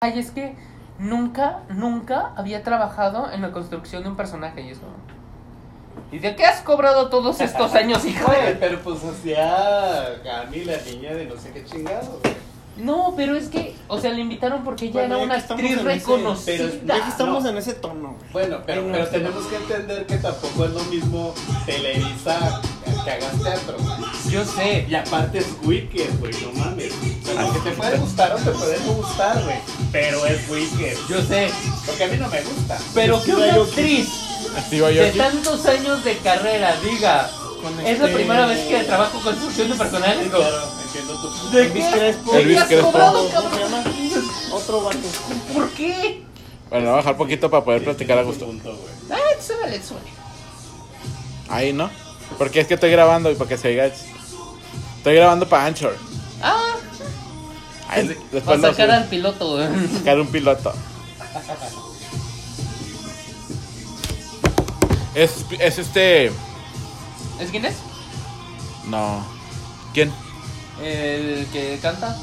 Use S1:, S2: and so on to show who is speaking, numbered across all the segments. S1: ay, es que nunca, nunca había trabajado en la construcción de un personaje. Y es como, ¿y de qué has cobrado todos estos años, hijo?
S2: Güey, pero pues hacía Cami la niña de no sé qué chingados. güey.
S1: No, pero es que, o sea, le invitaron porque ella
S3: Bueno,
S1: era
S3: ya
S1: una
S3: que estamos
S1: actriz
S3: en ese-
S1: reconocida.
S2: pero-
S3: Ya que estamos
S2: No.
S3: en ese tono, güey.
S2: Bueno, pero,
S3: Ay, no,
S2: pero
S3: sí.
S2: tenemos que entender que tampoco es lo mismo Televisa que hagas teatro. güey.
S1: Yo sé,
S2: Y aparte es Wicked, güey, no mames. Pero que te puede gustar o te puede no gustar, güey. Pero es Wicked.
S1: yo sé.
S2: Porque a mí no me gusta.
S1: Pero que una
S3: Yo-
S1: actriz
S4: Así va yo
S1: de
S4: aquí.
S1: tantos años de carrera diga,
S3: Con
S1: es la
S3: este-
S1: primera vez que trabajo construcción de personajes. digo,
S2: entiendo tu punto.
S1: ¿De
S3: Elvis
S1: qué?
S3: Crespo.
S1: ¿De
S4: Elvis
S1: qué has
S4: Crespo.
S1: cobrado,
S3: ¿Cómo se
S1: cabrón?
S3: llama? Otro vato.
S1: ¿Por qué?
S4: Bueno, voy a bajar poquito para poder
S2: Sí,
S4: platicar a
S2: entiendo tu
S4: gusto.
S2: punto, güey.
S1: Ah, súbele, súbele.
S4: Ahí, ¿no? Porque es que estoy grabando y para que se oiga. Estoy grabando para Anchor.
S1: Ah,
S4: Ahí,
S1: va a
S4: después lo
S1: sacar al
S4: subimos.
S1: piloto. eh".
S4: sacar un piloto. Es, es este.
S1: ¿Es quién es?
S4: No. ¿Quién?
S1: El que canta.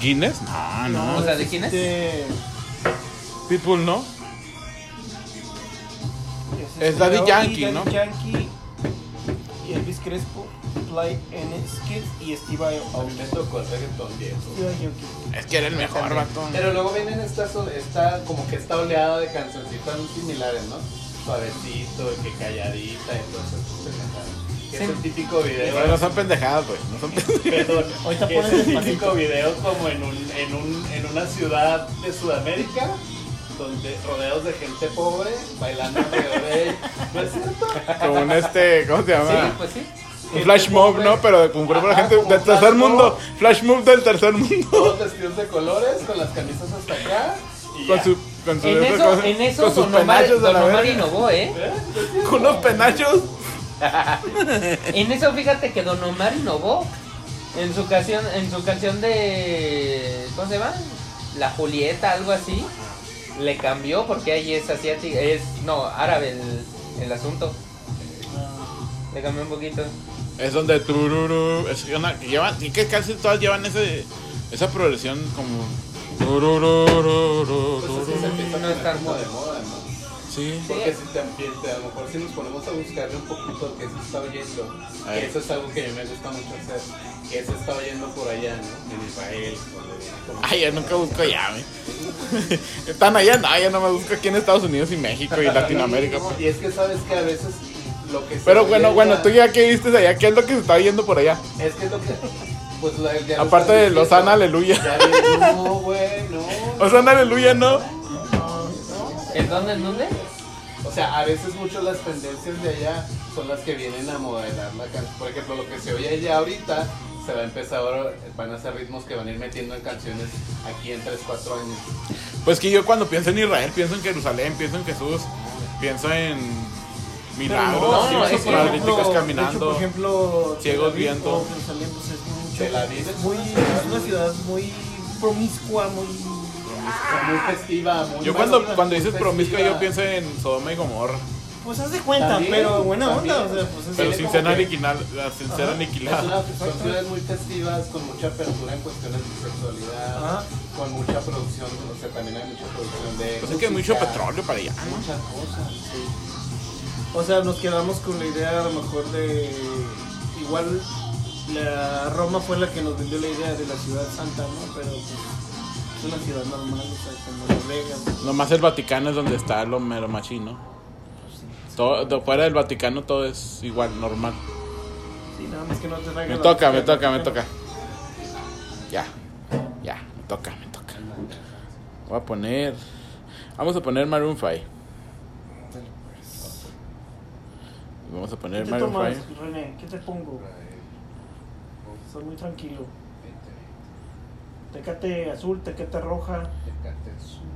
S4: ¿Guinness? No,
S1: O
S4: no.
S1: sea, ¿de quién es?
S3: Este-
S4: Pitbull, ¿no?
S3: este
S4: Es Daddy
S3: Aoki,
S4: Yankee, ¿no?
S3: Yankee y Elvis Crespo, Fly N. Skid y Steve
S2: A
S3: Aoki.
S2: mí me tocó el reggaetón viejo.
S3: Steve Aoki.
S4: Es que era el mejor, vato.
S2: Pero luego vienen estas, esta, como que esta oleada de cancioncitas muy similares, ¿no? Suavecito, que calladita, entonces, pues, que es
S1: Sí.
S2: el típico video.
S4: Pero no son pendejadas, güey. No son pendejadas.
S2: Perdón,
S3: Ahorita
S2: que es
S3: pones
S2: el
S3: despacito.
S2: típico video como en, un, en, un, en una ciudad de Sudamérica, donde rodeados de gente pobre, bailando alrededor de ¿No es cierto?
S4: Como un este. ¿Cómo se
S1: Sí,
S4: llama?
S1: pues sí.
S4: Un flash mob, ¿no? Pero con grupo de
S2: Ajá,
S4: gente
S2: como
S4: del
S2: flash
S4: tercer
S2: mob.
S4: mundo. Flash mob del tercer mundo.
S2: Todos vestidos de colores, con las camisas hasta acá. Y
S4: Con
S2: ya.
S4: su. Con su
S1: En
S4: esa
S1: eso,
S4: cosa-
S1: en eso
S4: con sus
S1: Don Omar,
S4: penachos a
S1: Don
S4: la
S1: Omar
S4: verga.
S1: innovó, ¿eh?
S2: ¿Eh?
S4: Con unos penachos.
S1: En eso fíjate que Don Omar innovó. En su canción, en su canción de. ¿Cómo se llama? La Julieta, algo así. Le cambió porque ahí es asiática. Es. No, árabe el, el asunto. Le cambió un poquito.
S4: Es donde tururu, es una, que llevan, y que casi todas llevan ese, esa progresión como tururu, tururu,
S2: Pues así se empieza a
S1: No es
S2: poner
S1: tan
S2: como de
S1: bueno.
S2: moda, ¿no?
S4: Sí.
S2: Porque si te ambiente, a lo mejor si nos ponemos a buscarle un poquito que se está oyendo, que
S4: A ver.
S2: eso es algo que a mí me gusta mucho hacer, que se está oyendo por allá, ¿no? En Israel, por
S4: Ay, yo nunca busco allá, güey. Están allá, no, yo no me busco aquí en Estados Unidos y México y Latinoamérica. pues.
S2: Y es que sabes que a veces lo que se
S4: Pero
S2: oye
S4: bueno,
S2: allá
S4: bueno, tú ya que viste allá, ¿qué es lo que se está oyendo por allá?
S2: Es que es lo que. Pues la, ya lo
S4: Aparte
S2: estás
S4: de los
S2: diciendo.
S4: aleluya.
S2: Ya vi- No, güey, no.
S4: O sea, aleluya, ¿no?
S1: ¿En dónde? ¿En dónde?
S2: O sea, a veces mucho las tendencias de allá son las que vienen a modelar la canción. Por ejemplo, lo que se oye allá ahorita se va a empezar, ahora, van a ser ritmos que van a ir metiendo en canciones aquí en 3, 4 años.
S4: Pues que yo cuando pienso en Israel, pienso en Jerusalén, pienso en Jesús, pienso en milagros,
S1: no, no,
S4: pienso
S1: es que,
S4: en
S1: por
S4: paralíticos
S3: De hecho,
S4: caminando.
S3: por ejemplo, Tel
S4: ciegos
S3: Aviv
S4: viendo.
S3: o Jerusalén, pues, es mucho-
S2: Tel Aviv es
S3: muy- es una ciudad muy promiscua, muy. ah,
S2: Muy festiva, muy
S4: Yo cuando, cuando dices promiscua, yo pienso en Sodoma y Gomorra.
S3: Pues haz de cuenta,
S2: También,
S3: pero buena
S2: también.
S3: onda. O sea, pues es-
S4: Pero
S2: Sí,
S4: sin
S2: como
S4: ser
S2: que-
S4: aniquilada, sin ser
S3: Ajá.
S2: Es
S4: aniquilada.
S2: una, son ciudades muy festivas, con mucha apertura en cuestiones de sexualidad,
S3: Ajá.
S2: con mucha producción, o sea, también hay mucha producción de.
S4: Pues es que hay mucho
S2: música,
S4: petróleo para allá. ¿no?
S2: Muchas cosas, sí.
S3: O sea, nos quedamos con la idea a lo mejor de. Igual la Roma fue la que nos vendió la idea de la ciudad santa, ¿no? Pero pues, es una ciudad normal, o sea, como Las Vegas.
S4: Nomás el Vaticano es donde está lo mero machino. Todo, de- fuera del Vaticano todo es igual, normal.
S3: Sí, nada más que no te traigan
S4: Me
S3: la
S4: toca, me
S3: música,
S4: toca, me
S3: ¿no?
S4: toca. Ya, ya, me toca, me toca. Voy a poner. Vamos a poner Maroon 5. Vamos a
S3: ¿Qué
S4: poner
S3: te
S4: Maroon
S3: tomas,
S4: 5.
S3: René? ¿Qué te pongo? Soy muy tranquilo. Tecate azul, tecate roja.
S2: Tecate Azul.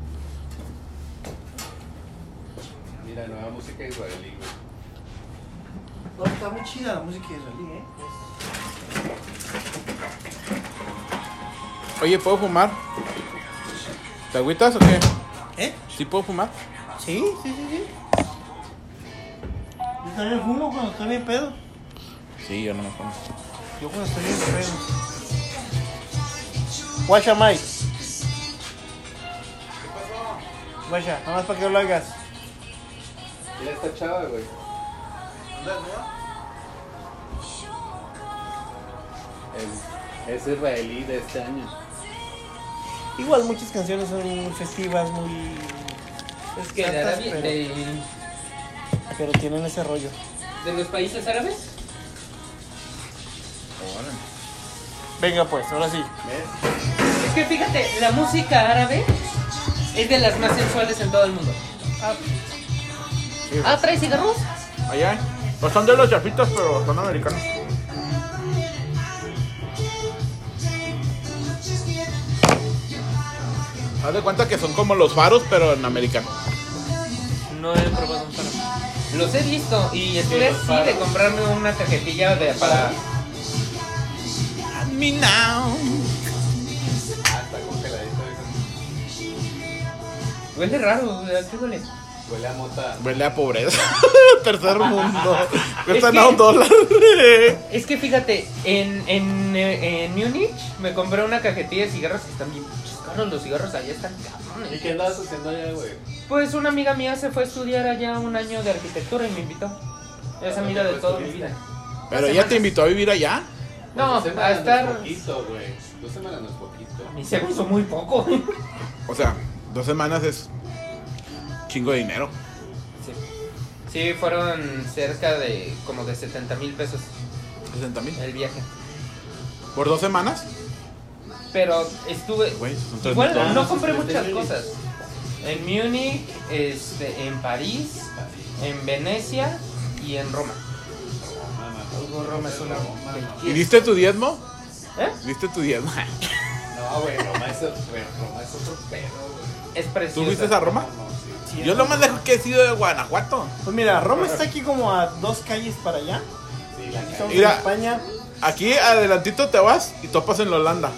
S2: Mira, nueva música israelí, güey.
S3: No, está muy chida la música israelí, ¿eh?
S4: Oye, ¿puedo fumar? ¿Te agüitas o qué?
S3: ¿Eh?
S4: ¿Sí puedo fumar?
S3: Sí, sí, sí, sí. Yo también fumo cuando estoy bien pedo.
S4: Sí, yo no me fumo.
S3: Yo cuando estoy bien pedo. Guachamay. Guacha, nada más para que lo hagas.
S2: Mira esta chava, güey. Es, es israelí de este año.
S3: Igual muchas canciones son muy festivas, muy.
S1: Es que de,
S3: Tantas,
S1: Arabia-
S3: pero-
S1: de-
S3: Pero tienen ese rollo.
S1: de los países árabes.
S4: Órale.
S3: Venga, pues, ahora sí.
S2: ¿Ves?
S1: Es que fíjate, la música árabe es de las más sensuales en todo el mundo.
S4: Sí,
S1: Ah, ¿trae cigarros?
S4: Allá. No son de los chapitos, pero son americanos. Haz de cuenta que son como los faros, pero en americano.
S1: No he probado un paro. Los he visto y estuve
S2: los
S1: así de
S2: faros.
S1: comprarme una cajetilla de, para...
S4: Me now.
S2: Hasta congeladito. dicen.
S1: Huele raro, o sea, ¿qué huele?
S2: Huele a mota.
S4: Huele a pobreza. Tercer mundo. Cuestan
S1: que-
S4: a un dólar.
S1: Es que fíjate, en, en, eh, en Múnich me compré una cajetilla de cigarros que están bien pinches caros. Los cigarros allá están
S2: ¿Y
S1: cabrones.
S2: qué andabas haciendo allá, güey?
S1: Pues una amiga mía se fue a estudiar allá un año de arquitectura y me invitó. Es amiga de toda mi vida.
S4: pero ella te invitó a vivir allá.
S1: No,
S2: Dos
S1: a
S2: semanas Pues, No es
S1: estar...
S2: poquito, güey. Dos semanas no es poquito.
S1: Y se me hizo muy poco.
S4: O sea, dos semanas es chingo de dinero.
S1: Sí. Sí, fueron cerca de como de 70 mil pesos
S4: 60 mil.
S1: el viaje.
S4: ¿Por dos semanas?
S1: Pero estuve...
S4: Güey, son tres
S1: Igual
S4: mil
S1: no
S4: dólares.
S1: compré
S2: Desde
S1: muchas
S2: Múnich.
S1: cosas. En Múnich, este, en París, en Venecia y en Roma.
S2: Mamá,
S1: Hugo Roma es una
S2: Roma,
S1: del
S2: no.
S4: ¿Y diste tu diezmo?
S1: ¿Eh?
S4: ¿Diste tu diezmo?
S2: No, güey, Roma es, güey, Roma es otro pedo, güey.
S1: Es precioso.
S4: ¿Tú fuiste a Roma?
S2: No, sí.
S4: Yo lo más lejos que he sido de Guanajuato.
S3: Pues mira, Roma está aquí como a dos calles para allá.
S2: Sí, la
S3: Aquí
S2: neta.
S3: estamos
S4: Mira.
S3: en España.
S4: Aquí adelantito te vas y topas en la Holanda.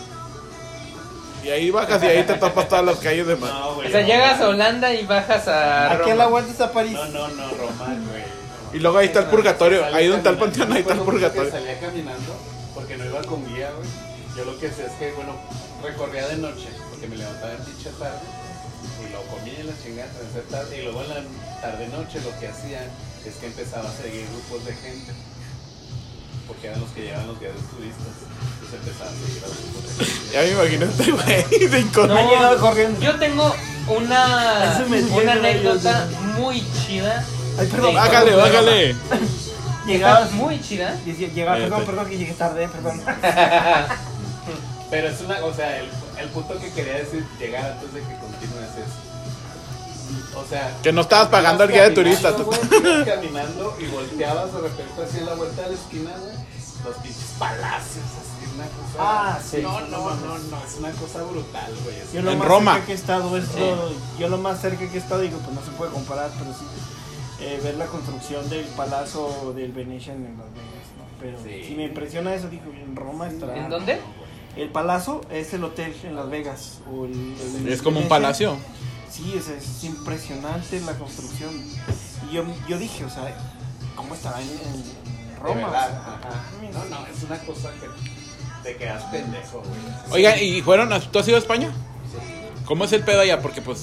S4: Y ahí bajas y ahí te topas todas las calles de Ma-
S2: No, güey.
S1: O sea,
S2: no,
S1: llegas a
S2: güey.
S1: Holanda y bajas a
S3: Aquí a
S1: Roma.
S3: la vuelta está París.
S2: No, no, no, Roma, güey.
S4: Y luego ahí está el purgatorio. Ahí donde está el panteón, ahí está el
S2: Yo
S4: purgatorio.
S2: salía caminando porque no iba con guía, güey. Yo lo que hacía es que, bueno, recorría de noche porque me levantaba en pinche tarde y lo comía en la chingada en esa tarde. Y luego en la tarde-noche lo que hacía es que empezaba a seguir grupos de gente porque eran los que llevaban los guías de turistas. Entonces empezaba a seguir a los grupos de gente.
S4: Ya me imagino este güey de incógnito.
S3: Me ha llegado corriendo.
S1: Yo tengo una,
S3: Eso me
S1: una
S3: llena,
S1: anécdota
S3: Dios.
S1: muy chida.
S3: Ay, perdón.
S1: Sí.
S4: Bájale, bájale.
S1: Está
S3: Llegabas.
S1: muy chida.
S3: Y decía, Llegaba,
S4: Cállate.
S3: perdón, perdón, que llegué tarde, perdón.
S2: Pero es una, o sea, el, el punto que quería decir, llegar antes de que continúes es. O sea.
S4: Que no estabas pagando al
S2: ibas
S4: guía de
S2: caminando,
S4: turistas,
S2: güey, ibas caminando y volteabas de repente así en la vuelta de la esquina, güey. Los pinches palacios, así, una cosa.
S3: Ah, sí.
S2: No, no, no, no, es una cosa brutal, güey. es-
S3: Yo lo
S4: En
S3: más
S4: Roma.
S3: cerca que he estado es lo- yo lo más cerca que he estado, digo, pues no se puede comparar, pero sí eh, ver la construcción del palazzo del Venetian en Las Vegas, ¿no? Pero
S2: Sí.
S3: sí. me impresiona eso, digo, en Roma estará.
S1: ¿En dónde?
S3: El palazzo es el hotel en Las Vegas. o el- el-
S4: Es como un
S3: Venetian.
S4: palacio.
S3: Sí, es, es impresionante la construcción. Y yo, yo dije, o sea, ¿cómo estará en, en- en
S2: de
S3: Roma?
S2: verdad,
S3: O sea,
S2: ajá. No, no, es una cosa que te quedas pendejo, güey.
S4: Oiga, ¿y fueron? a- ¿Tú has ido a España? ¿Cómo es el pedo allá? Porque pues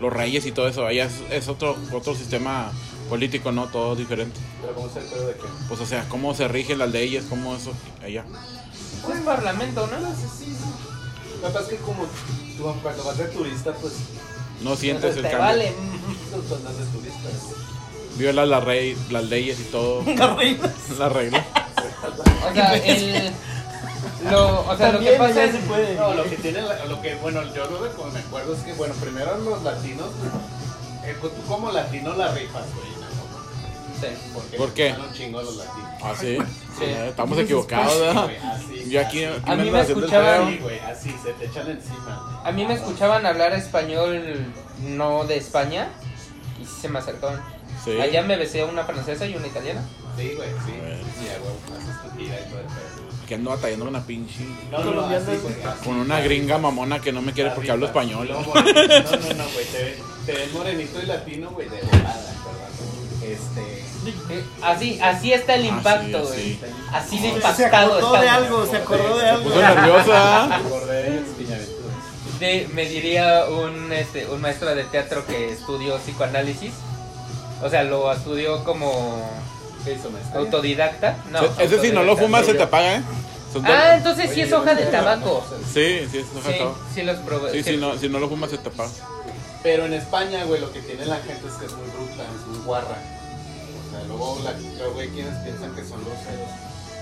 S4: los reyes y todo eso, allá es, es otro, otro sistema político, ¿no? Todo diferente.
S2: Pero ¿cómo se el pedo de que?
S4: Pues o sea, cómo se rigen las leyes, cómo eso allá.
S1: Un Pues parlamento, ¿no?
S2: Lo que pasa es que como tú cuando vas de turista, pues
S4: No sientes el
S1: te
S4: cambio.
S1: vale.
S2: tú andas de turista, güey.
S4: Viola la rey, las leyes y todo.
S3: Las reinas.
S4: La regla.
S1: O sea, el, lo, o sea, lo que
S3: También
S1: pasa
S3: allá
S1: es...
S3: se puede.
S2: No, lo que tiene, la- lo que, bueno, yo lo que me acuerdo es que, bueno, primero los latinos, eh, tú como latino la rifas, güey, ¿no?
S1: Sí.
S2: Porque
S4: ¿Por qué?
S2: son un chingo los latinos.
S4: Ah, sí.
S1: Sí.
S4: Eh, Estamos equivocados,
S2: Sí, güey,
S4: ¿verdad?
S2: así,
S4: Yo aquí.
S2: así.
S4: aquí
S1: A mí me
S4: ando haciendo el
S1: escuchaban-
S4: feo.
S2: Sí, güey, así, se te echan encima.
S1: A mí me escuchaban hablar español no de España y sí se me acercaban.
S4: Sí.
S1: Allá me besé a una francesa y una italiana.
S2: Sí, güey, sí.
S4: Bueno.
S2: Sí, a huevo, haces tu gira y todo el pedo.
S4: Que ando batallando con una pinche.
S2: No, no, no,
S3: Colombiano.
S2: así, güey, así.
S4: Con una gringa mamona que no me quiere porque hablo
S2: Arriba.
S4: español.
S2: No, morenito. no, no, no, güey, te ves, te ves morenito y latino, güey, de volada, ¿verdad? Este...
S1: Eh, Así, así está el
S4: Así,
S1: impacto,
S4: así.
S1: güey. Así de
S3: Se
S1: impactado
S3: acordó de
S1: estamos.
S3: algo, se acordó de
S4: Me puso
S3: algo.
S4: nerviosa.
S2: Acordé de Piñaventura.
S1: de- me diría un, este, un maestro de teatro que estudió psicoanálisis. O sea, lo estudió como
S2: ¿Qué hizo maestría?
S1: autodidacta. No,
S4: Ese- Ese si no lo
S1: autodidacta,
S4: fumas se
S1: yo.
S4: te apaga, ¿eh? Son dos-
S1: Ah, entonces sí
S2: Oye,
S1: es hoja de
S2: no,
S1: tabaco.
S2: no, no sé.
S4: Sí, sí, es hoja de
S1: Sí,
S4: tabaco.
S1: sí los probé.
S4: Sí,
S1: sí.
S4: si no, si no lo fumas se te apaga.
S2: Pero en España, güey, lo que tiene la gente es que es muy bruta, es muy guarra. O sea, luego, la, luego hay quienes piensan que son groseros.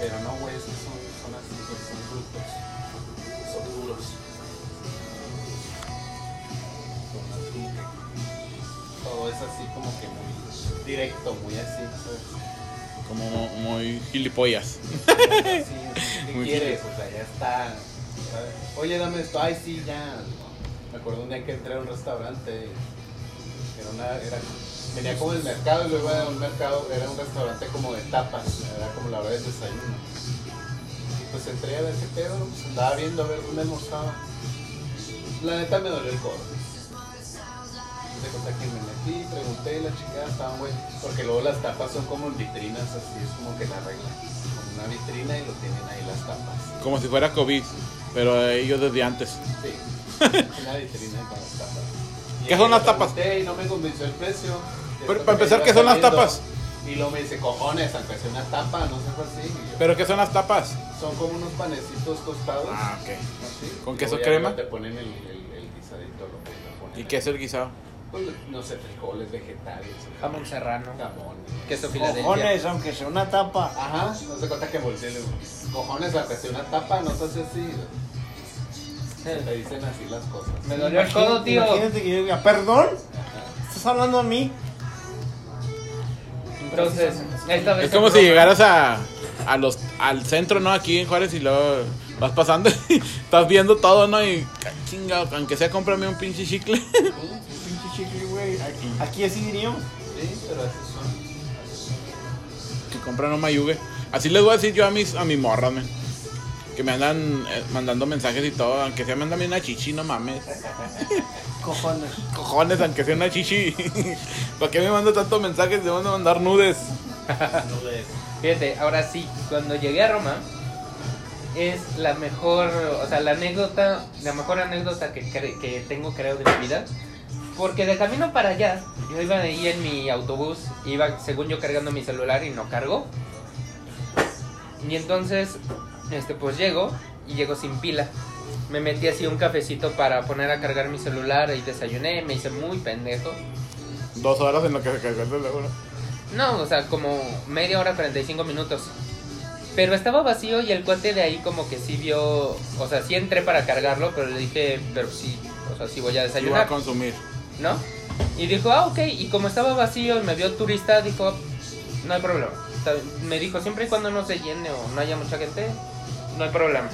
S2: Pero no, güey, es que son, son así, güey, son brutos. Son duros. Son así. Todo es así como que muy directo, muy así. ¿sabes?
S4: Como muy gilipollas.
S2: Así, ¿Qué
S4: Muy
S2: quieres? O sea, ya está. ¿sabes? Oye, dame esto. Ay, sí, ya. Me acuerdo un día que entré a un restaurante. Era una, era, venía como del mercado y luego era un mercado, era un restaurante como de tapas, era como la hora del desayuno. Y pues entré a ver qué pedo, pues andaba viendo a ver dónde almorzaba. La neta me dolió el codo. De cuenta que me metí, pregunté y la chingada estaban buenas. Porque luego las tapas son como en vitrinas, así es como que la regla. Como una vitrina y lo tienen ahí las tapas.
S4: Como si fuera COVID, pero ellos desde antes.
S2: Sí. Una vitrina con las tapas. Y
S4: ¿Qué son las tapas?
S2: pregunté Y no me convenció el precio.
S4: Pero, para empezar, ¿qué son las tapas?
S2: Y luego me dice, cojones, aunque sea una tapa, no sé fue así. Y yo,
S4: ¿Pero qué son las tapas?
S2: son como unos panecitos tostados.
S4: Ah, ok.
S2: así.
S4: ¿Con
S2: Y
S4: queso
S2: luego ya
S4: crema?
S2: Te ponen el, el- el guisadito, lo que le ponen
S4: ¿Y
S2: ahí.
S4: qué es el guisado?
S2: Pues, no sé, frijoles, vegetales.
S1: Jamón serrano.
S2: Jamón.
S1: Queso Filadelfia.
S3: Cojones, aunque sea una tapa.
S2: Ajá, no se cuenta que volteé le digo, cojones, la que sea una tapa, no sé si así. Se te dicen así las cosas.
S1: Me dolió el codo, tío.
S3: Imagínate que yo diga, perdón,
S2: Ajá.
S3: estás hablando a mí.
S1: Entonces, esta vez.
S4: Es como
S1: en
S4: si
S1: broma.
S4: llegaras a, a los, al centro, ¿no? Aquí en Juárez y luego vas pasando y estás viendo todo, ¿no? Y ca- chingado, aunque sea cómprame un pinche chicle.
S3: Pinche chicle, güey. Aquí, aquí así diríamos.
S2: Sí, pero así son.
S4: Que compran un mayugue. Así les voy a decir yo a mis, a mis morras, men. Que me andan eh, mandando mensajes y todo, aunque sea mandame una chichi, no mames.
S3: Cojones.
S4: Cojones, aunque sea una chichi. ¿Para qué me mandan tantos mensajes? Te van a mandar nudes.
S2: No ves.
S1: Fíjate, ahora sí, cuando llegué a Roma, es la mejor, o sea, la anécdota, la mejor anécdota que, cre- que tengo, creo, de mi vida. Porque de camino para allá, yo iba ahí en mi autobús, iba, según yo, cargando mi celular y no cargó. Y entonces, este, pues llego y llego sin pila. Me metí así un cafecito para poner a cargar mi celular y desayuné, me hice muy pendejo.
S4: Dos horas en lo que se cayó el teléfono.
S1: No, o sea, como media hora, 45 minutos. Pero estaba vacío y el cuate de ahí como que sí vio, o sea, sí entré para cargarlo, pero le dije, pero sí, o sea, sí voy a
S4: Yo voy a
S1: desayunar,
S4: consumir.
S1: ¿no? Y dijo, ah, ok, y como estaba vacío y me vio turista, dijo, no hay problema. Está bien. Me dijo, siempre y cuando no se llene o no haya mucha gente, no hay problema.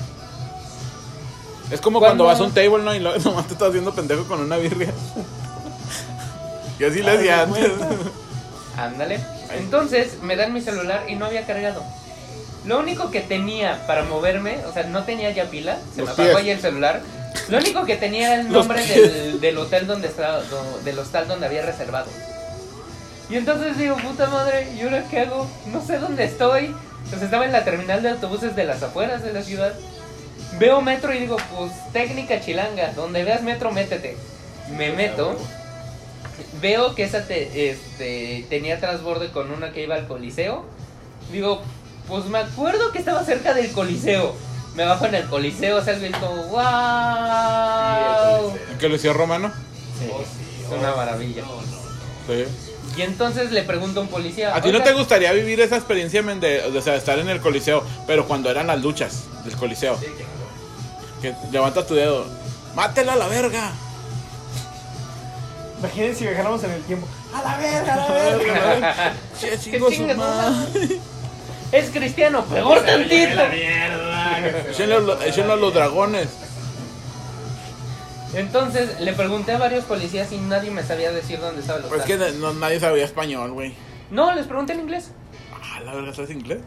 S4: Es como
S1: Cuando-
S4: cuando vas a un table, ¿no? Y luego nomás te estás haciendo pendejo con una birria. Y así
S3: Ah,
S4: le hacía antes.
S1: Ándale. Entonces me dan mi celular y no había cargado. Lo único que tenía para moverme, o sea, no tenía ya pila, se
S4: Los
S1: me apagó
S4: pies.
S1: ahí el celular. Lo único que tenía era el
S4: Los
S1: nombre del, del hotel donde estaba, do- del hostal donde había reservado. Y entonces digo, puta madre, ¿y ahora qué hago? No sé dónde estoy. Pues estaba en la terminal de autobuses de las afueras de la ciudad. Veo metro y digo, pues técnica chilanga, donde veas metro, métete. Me meto. Veo que esa te- este, tenía transborde con una que iba al Coliseo. Digo, pues me acuerdo que estaba cerca del Coliseo. Me bajo en el Coliseo, salgo y es como, ¡wow!
S2: Sí,
S4: Que lo hacía Romano.
S1: Sí,
S2: Oh, sí,
S1: es
S2: oh,
S1: una
S2: sí.
S1: maravilla.
S2: No, no, no.
S4: Sí.
S1: Y entonces le pregunto a un policía.
S4: ¿A ti no
S1: "Oiga,
S4: te gustaría vivir esa experiencia men, de, de, o sea, estar en el coliseo, pero cuando eran las luchas del coliseo?
S2: Sí, claro.
S4: Que levantas tu dedo. ¡Mátela a la verga!
S3: Imagínense si viajáramos en el tiempo. ¡A la verga, a la verga! a la verga!
S4: Che,
S1: ¿Qué
S4: chingo su
S1: chingas,
S4: madre.
S1: Es cristiano, peor tantito.
S4: Échenle a los- échenle a los dragones.
S1: Entonces le pregunté a varios policías y nadie me sabía decir dónde estaba el
S4: Pues
S1: hostal.
S4: que no- nadie sabía español, güey.
S1: No, les pregunté en inglés.
S4: Ah, la verga, ¿sabes inglés?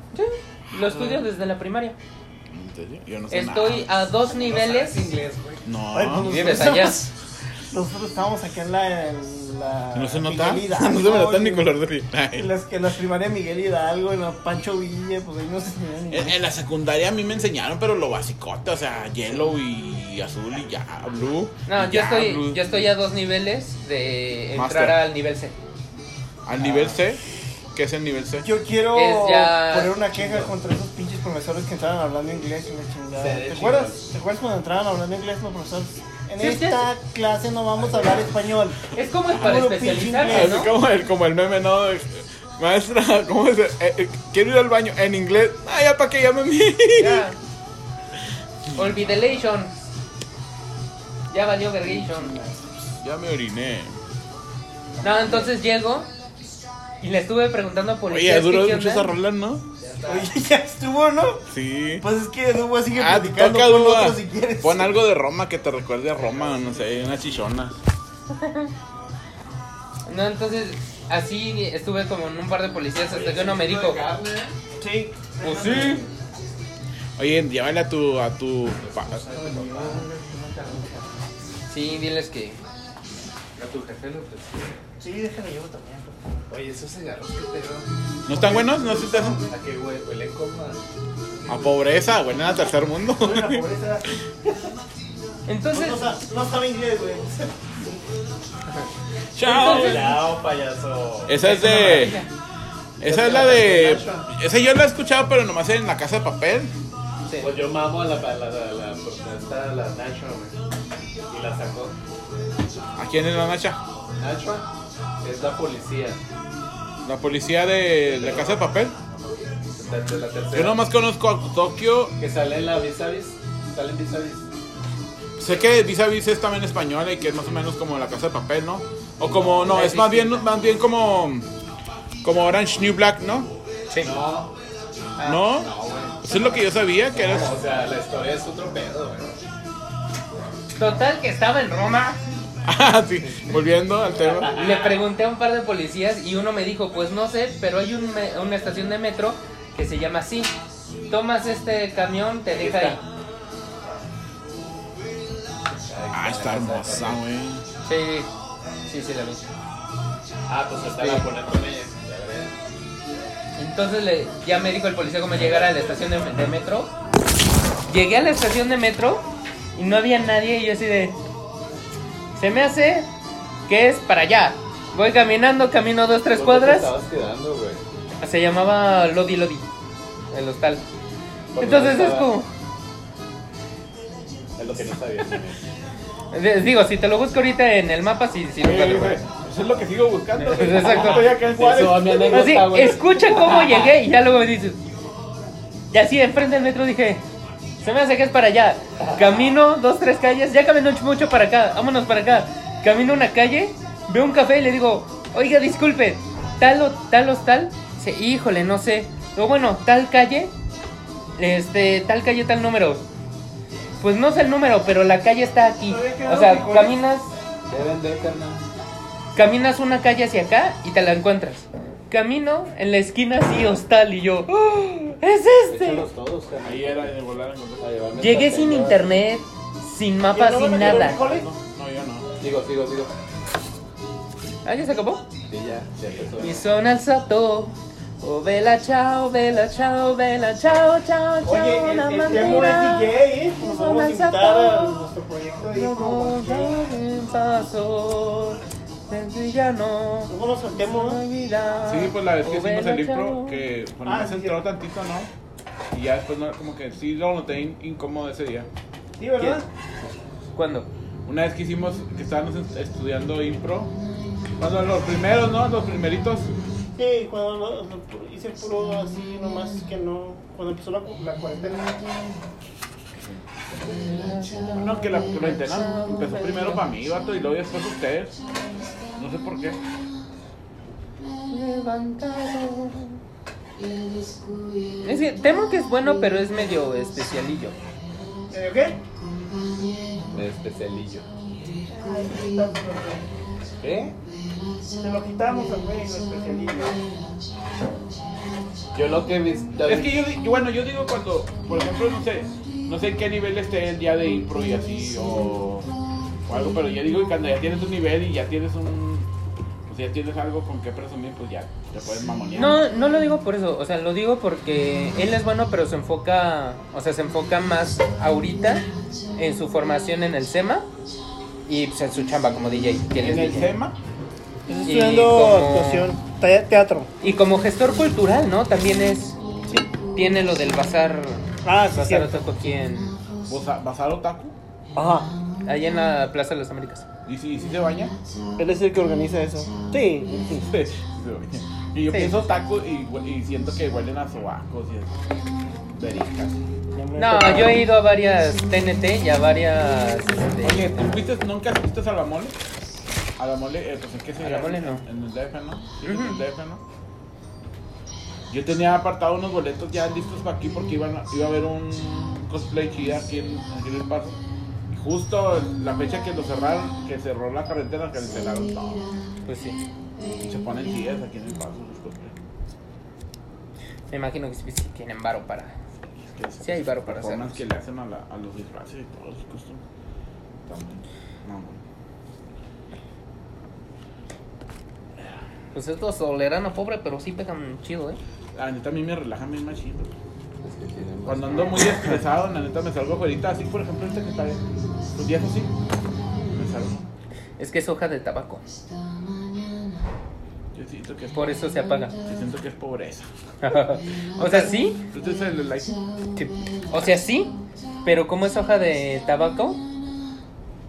S1: Lo estudio desde la primaria.
S4: ¿En serio? Yo no sé
S1: Estoy
S4: nada.
S1: a dos niveles.
S2: inglés, güey.
S4: No.
S3: Ay, pues,
S1: Vives allá.
S3: Nosotros estábamos aquí en la. en la
S4: ¿No se nota?
S3: Miguel
S4: No se me nota
S3: Hidalgo,
S4: mi
S3: y-
S4: color de piel.
S3: y
S4: Ay.
S3: las que las primarias Miguel Hidalgo, en la Pancho Villa, pues ahí no se enseñaba ni
S4: En, en la secundaria a mí me enseñaron, pero lo basicote, o sea, yellow y azul y ya, blue.
S1: No,
S4: y
S1: yo
S4: ya,
S1: estoy,
S4: blue.
S1: yo estoy a dos niveles de entrar
S4: Master.
S1: al nivel C.
S4: Al nivel C, ¿qué es el nivel C?
S3: Yo quiero
S1: Es ya
S3: poner una queja
S1: chingón.
S3: contra esos pinches profesores que entraban hablando inglés y la chingada.
S2: Se ve
S3: ¿Te
S2: chingón.
S3: acuerdas? ¿Te acuerdas cuando entraban hablando inglés los profesores? En
S1: Sí,
S3: esta clase no vamos a hablar español.
S1: Es como el
S4: Ah,
S1: para
S3: Puro pinche
S1: especializarse,
S4: Así
S3: inglés,
S1: ¿no?
S4: como, el, como el meme, ¿no? De, Maestra, ¿cómo es? Eh, eh, quiero ir al baño en inglés. Ah, ya para que llame a mí.
S1: Ya. Olvidelation. Ya valió vergation.
S4: Ya me oriné.
S1: No, entonces llego y le estuve preguntando a
S4: Oye,
S1: policías
S4: duró
S1: que qué
S4: mucho
S1: onda.
S4: esa rola, ¿no?
S3: Oye, ya estuvo, ¿no?
S4: Sí.
S3: Pues es que Duba sigue
S4: Ah,
S3: platicando
S4: toca
S3: con
S4: duda.
S3: otro si quieres.
S4: Pon algo de Roma que te recuerde a Roma, no sé, una chichona.
S1: No, entonces así estuve como en un par de policías hasta que uno me dijo,
S3: Sí.
S1: pues sí.
S4: Oye, llévale a tu. A tu pa-
S1: Sí, diles que
S3: Sí, déjame llevo también.
S2: Oye, esos cigarros que te
S4: ¿No están buenos? ¿No se te hacen?
S2: ¿A qué hue- huelen como a-
S4: A pobreza, güey, en el tercer mundo.
S3: Soy una pobreza.
S1: entonces
S3: No, sa- no sabe inglés, güey.
S4: Chao.
S2: Cuidado, payaso.
S4: Esa es de. Esa es la de. Esa yo la he escuchado, pero nomás en la casa de papel.
S1: sí.
S2: Pues yo mamo a la, a la, a la, la, esta, la Nacho, güey. Y la sacó.
S4: Aquí en la Nacha.
S2: Nacho es la policía.
S4: La policía de la casa de papel.
S2: De, de la tercera.
S4: Yo nomás conozco a Tokio.
S2: Que sale en la vis a vis. Sale en vis a vis.
S4: Sé que Vis a Vis es también española y que es más o menos como la casa de papel, ¿no? O como. No,
S1: No,
S4: es
S1: es
S4: más bien,
S1: distinta.
S4: más bien como. Como Orange New Black, ¿no?
S2: No. Ah,
S4: ¿No?
S2: No, güey.
S4: Eso es lo que yo sabía que eres.
S2: O sea, la historia es otro pedo, güey.
S1: total que estaba en Roma.
S4: Ah, sí. Volviendo al tema.
S1: Le pregunté a un par de policías y uno me dijo, pues no sé, pero hay un me- una estación de metro que se llama así. Tomas este camión, te deja ahí.
S4: Ah, está hermosa, güey.
S1: Sí, sí, sí, la vi.
S2: Ah, pues está la poner con ella. Ya veré.
S1: Entonces le- ya me dijo el policía cómo llegar a la estación de, de metro. Llegué a la estación de metro y no había nadie y yo así de... Se me hace que es para allá. Voy caminando, camino dos, tres
S2: ¿Dónde te
S1: cuadras.
S2: estabas quedando, güey?
S1: Se llamaba Lodi Lodi, el hostal.
S2: Porque
S1: Entonces
S2: no
S1: es
S2: estaba-
S1: como...
S2: Es lo que no sabía. güey.
S1: de- Digo, si te lo busco ahorita en el mapa, sí, sí lo encuentro.
S4: Eso es lo que sigo buscando.
S1: güey. Exacto. Estoy acá en
S2: Juárez. Eso, mi anécdota.
S1: Así,
S2: güey.
S1: escucha cómo llegué y ya luego me dices. Y así, enfrente del metro dije, se me hace que es para allá. Camino dos, tres calles, ya camino mucho para acá, vámonos para acá. Camino una calle, veo un café y le digo, oiga, disculpe, tal o tal o tal. Dice, híjole, no sé. Digo, bueno, tal calle, este, tal calle, tal número. Pues no sé el número, pero la calle está aquí. O sea, caminas
S2: Deben de, carnal.
S1: Caminas una calle hacia acá y te la encuentras. Camino en la esquina así hostal y yo, "¡Ah! ¡Es este!
S2: Échalos todos, carnal.
S4: Ahí era de volar en
S2: A llevarme
S1: Llegué
S2: esta
S1: sin
S2: señora.
S1: internet, sin mapa, sin nada.
S4: No, no, yo no.
S2: Sigo, sigo, sigo.
S1: Ah, ya se acabó.
S2: Sí, ya, ya empezó.
S1: Y son al sato. Oh, vela, chao, vela, chao, vela, chao, chao, chao.
S3: Oye, el,
S1: la
S3: el Temo es
S1: bandera.
S3: DJ, ¿eh? Nos vamos a invitar a nuestro proyecto de
S1: Como un paso, sencilla no.
S3: ¿Cómo nos saltemos? no?
S4: Sí,
S1: Sí,
S4: pues la vez que hicimos el libro, que bueno,
S3: Ah,
S4: se entró tantito, ¿no? Y ya después, no, como que sí lo noté in- incómodo ese día.
S3: Sí, ¿verdad?
S1: ¿Cuándo?
S4: Una vez que hicimos, que estábamos est- estudiando impro, cuando los primeros, ¿no? Los primeritos.
S3: Sí, cuando lo- lo- hice puro así, nomás que no. Cuando empezó la, cu- la cuarentena.
S4: No, que la cuarentena empezó primero para mí, vato, y luego después ustedes. No sé por qué.
S1: Es que temo que es bueno, pero es medio especialillo.
S3: ¿Eh, ¿Qué?
S2: De especialillo. ¿Eh?
S3: Se lo quitamos al güey, lo especialista.
S2: Yo lo que vi.
S4: Es que yo, di- yo- bueno, yo digo cuando, por ejemplo, no sé, no sé qué nivel esté el día de impro y así, o o algo, pero yo digo que cuando ya tienes un nivel y ya tienes un. Pues ya tienes algo con que presumir, pues ya te puedes mamonear.
S1: No, no lo digo por eso, o sea, lo digo porque él es bueno, pero se enfoca, o sea, se enfoca más ahorita en su formación en el SEMA y pues, en su chamba como DJ. que él es
S4: En el
S1: DJ.
S4: tema,
S5: Estoy
S1: Y
S5: estudiando
S1: como-
S5: actuación, te- teatro.
S1: Y como gestor cultural, ¿no? También es, tiene lo del bazar,
S5: Ah, sí,
S1: bazar
S5: cierto.
S1: Otaku aquí en,
S4: Basar Otaku,
S5: Ajá.
S1: ahí en la Plaza de las Américas.
S4: y si, si se baña.
S5: Él es el que organiza eso. Sí, sí.
S4: Sí, se baña. Y yo
S1: Sí.
S4: pienso tacos y, hue- y siento que huelen a sobacos y a verijas.
S5: Ya me
S1: No,
S5: tocaba.
S1: yo he ido a varias TNT y a varias... este,
S4: Oye, ¿tú fuiste, nunca fuiste a la mole? A la mole, eh, pues es que se
S1: A la mole
S4: en-
S1: no.
S4: En el DF, ¿no? Sí, en
S1: Ujú.
S4: el DF, ¿no? Yo tenía apartado unos boletos ya listos para aquí porque iban a- iba a haber un cosplay chida aquí en, aquí en El Paso. Y justo la fecha que lo cerraron, que cerró la carretera, cancelaron todo.
S1: pues sí,
S4: Y se ponen chidas aquí en El Paso los cosplay.
S1: me imagino que sí, sí tienen varo para...
S4: Que se-
S1: Sí hay varo para
S4: performance
S1: hacerlos.
S4: que le hacen a, la- a los disfraces y todos los costumes. También. No, no.
S1: Pues estos solerano pobre, pero sí pegan chido, ¿eh?
S4: La neta a mí me relaja bien más chido.
S2: Es que tienen más-
S4: Cuando ando muy estresado, la neta me salgo afuera, así por ejemplo ahorita que está los días así, me salgo.
S1: Es que es hoja de tabaco,
S4: Yo siento que es
S1: por eso se apaga.
S4: Yo siento que es pobreza.
S1: o sea, sí,
S4: Entonces el like,
S1: Sí. O sea, sí, pero como es hoja de tabaco,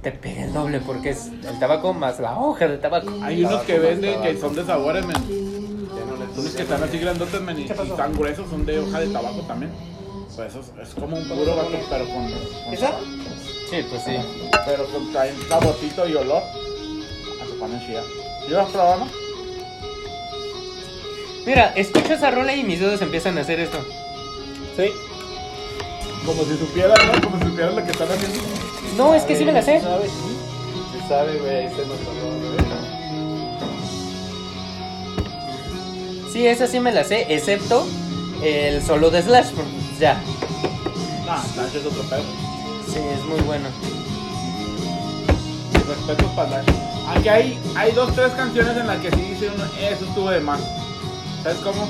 S1: te pega el doble porque es el tabaco más la hoja de tabaco.
S4: hay unos que venden que son de sabores, men.
S2: Ya no les-
S4: Unos
S2: ya no
S4: que están
S2: les-
S4: así grandotes, men, y,
S5: ¿Qué pasó?
S4: y tan gruesos, son de hoja de tabaco también. Pues eso es, es como un puro vato, pero con, con
S5: ¿Esa?
S4: tabaco.
S1: Sí, pues sí.
S4: Pero con traen saborcito y olor a su pan chida. ¿Yo las probamos?
S1: Mira, escucho esa rola y mis dedos empiezan a hacer esto.
S5: Sí.
S4: Como si supieras, ¿no? Como si supieras lo que están haciendo.
S1: No, es que sí me la sé.
S5: ¿Sabes? Sí.
S2: Sí sabe, güey, ahí se nos olvidó, güey.
S1: Sí, esa sí me la sé, excepto el solo de Slash. porque Ya,
S4: Nah, Nash es otro pedo.
S1: sí, es muy bueno.
S4: Mis respetos para Nash. Aunque hay, hay dos, tres canciones en las que sí dice uno, eso estuvo de más. ¿Sabes cómo?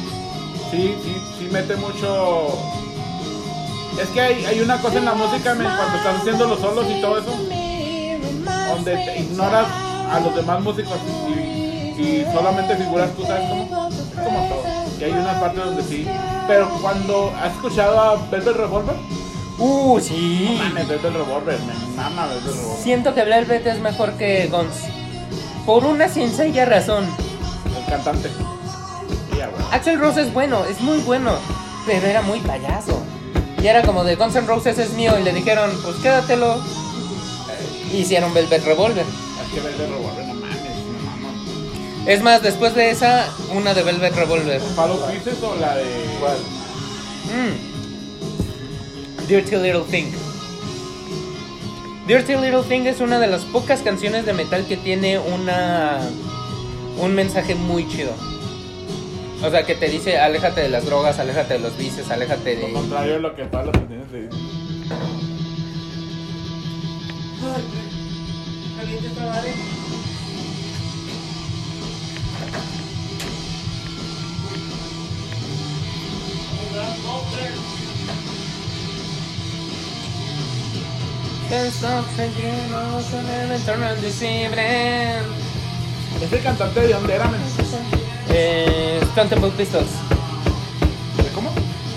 S4: Sí, sí, sí mete mucho... Es que hay, hay una cosa en la música, men, cuando estás haciendo los solos y todo eso, donde te ignoras a los demás músicos y, y solamente figuras tú, ¿sabes cómo? Es como todo. Que hay una parte donde sí. Pero cuando has escuchado a Velvet Revolver,
S1: Uh, sí.
S4: mames, Velvet Revolver, me mama Velvet Revolver.
S1: Siento que Velvet es mejor que Guns. Por una sencilla razón.
S4: El cantante. Ya, güey.
S1: Axel Rose es bueno, es muy bueno, pero era muy payaso. Y era como de Guns N' Roses es mío y le dijeron, pues quédatelo. Y Hicieron Velvet Revolver.
S4: Es que Velvet Revolver, no mames, me mama.
S1: Es más, después de esa, una de Velvet Revolver.
S4: ¿Palo Pieces o la de.
S2: ¿Cuál?
S1: Mm. Dirty Little Thing. Dirty Little Thing es una de las pocas canciones de metal que tiene una un mensaje muy chido. O sea, que te dice, aléjate de las drogas, aléjate de los vicios, aléjate
S4: Lo
S1: de...
S4: contrario de lo que todas las canciones te dicen.
S1: Can't stop thinking about something and turn on this evening.
S4: Ese cantante de dónde era, men?
S1: Eh, Stone Temple Pistols.
S4: ¿De cómo?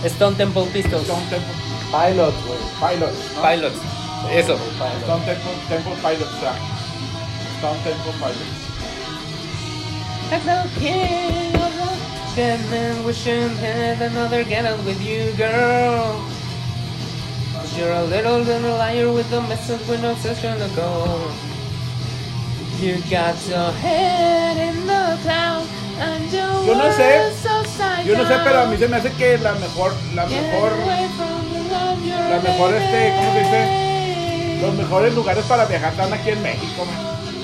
S1: Stone Temple Pistols.
S4: Stone Temple
S2: Pilot, güey.
S4: Pilots. ¿no?
S1: Pilots. Eso.
S4: Stone Temple, Temple Pilots, o sea. Stone Temple Pilots.
S1: That's okay. Good man wishing had another get out with you, girl. But you're a little, little liar with a message with no session ago. You got your head in the cloud and your
S4: Yo no sé.
S1: world's upside
S4: Yo no sé, pero a
S1: down.
S4: mí se me hace que la mejor. La mejor.
S1: La
S4: La mejor, este, ¿cómo se Los mejores lugares para viajar están aquí en México, men.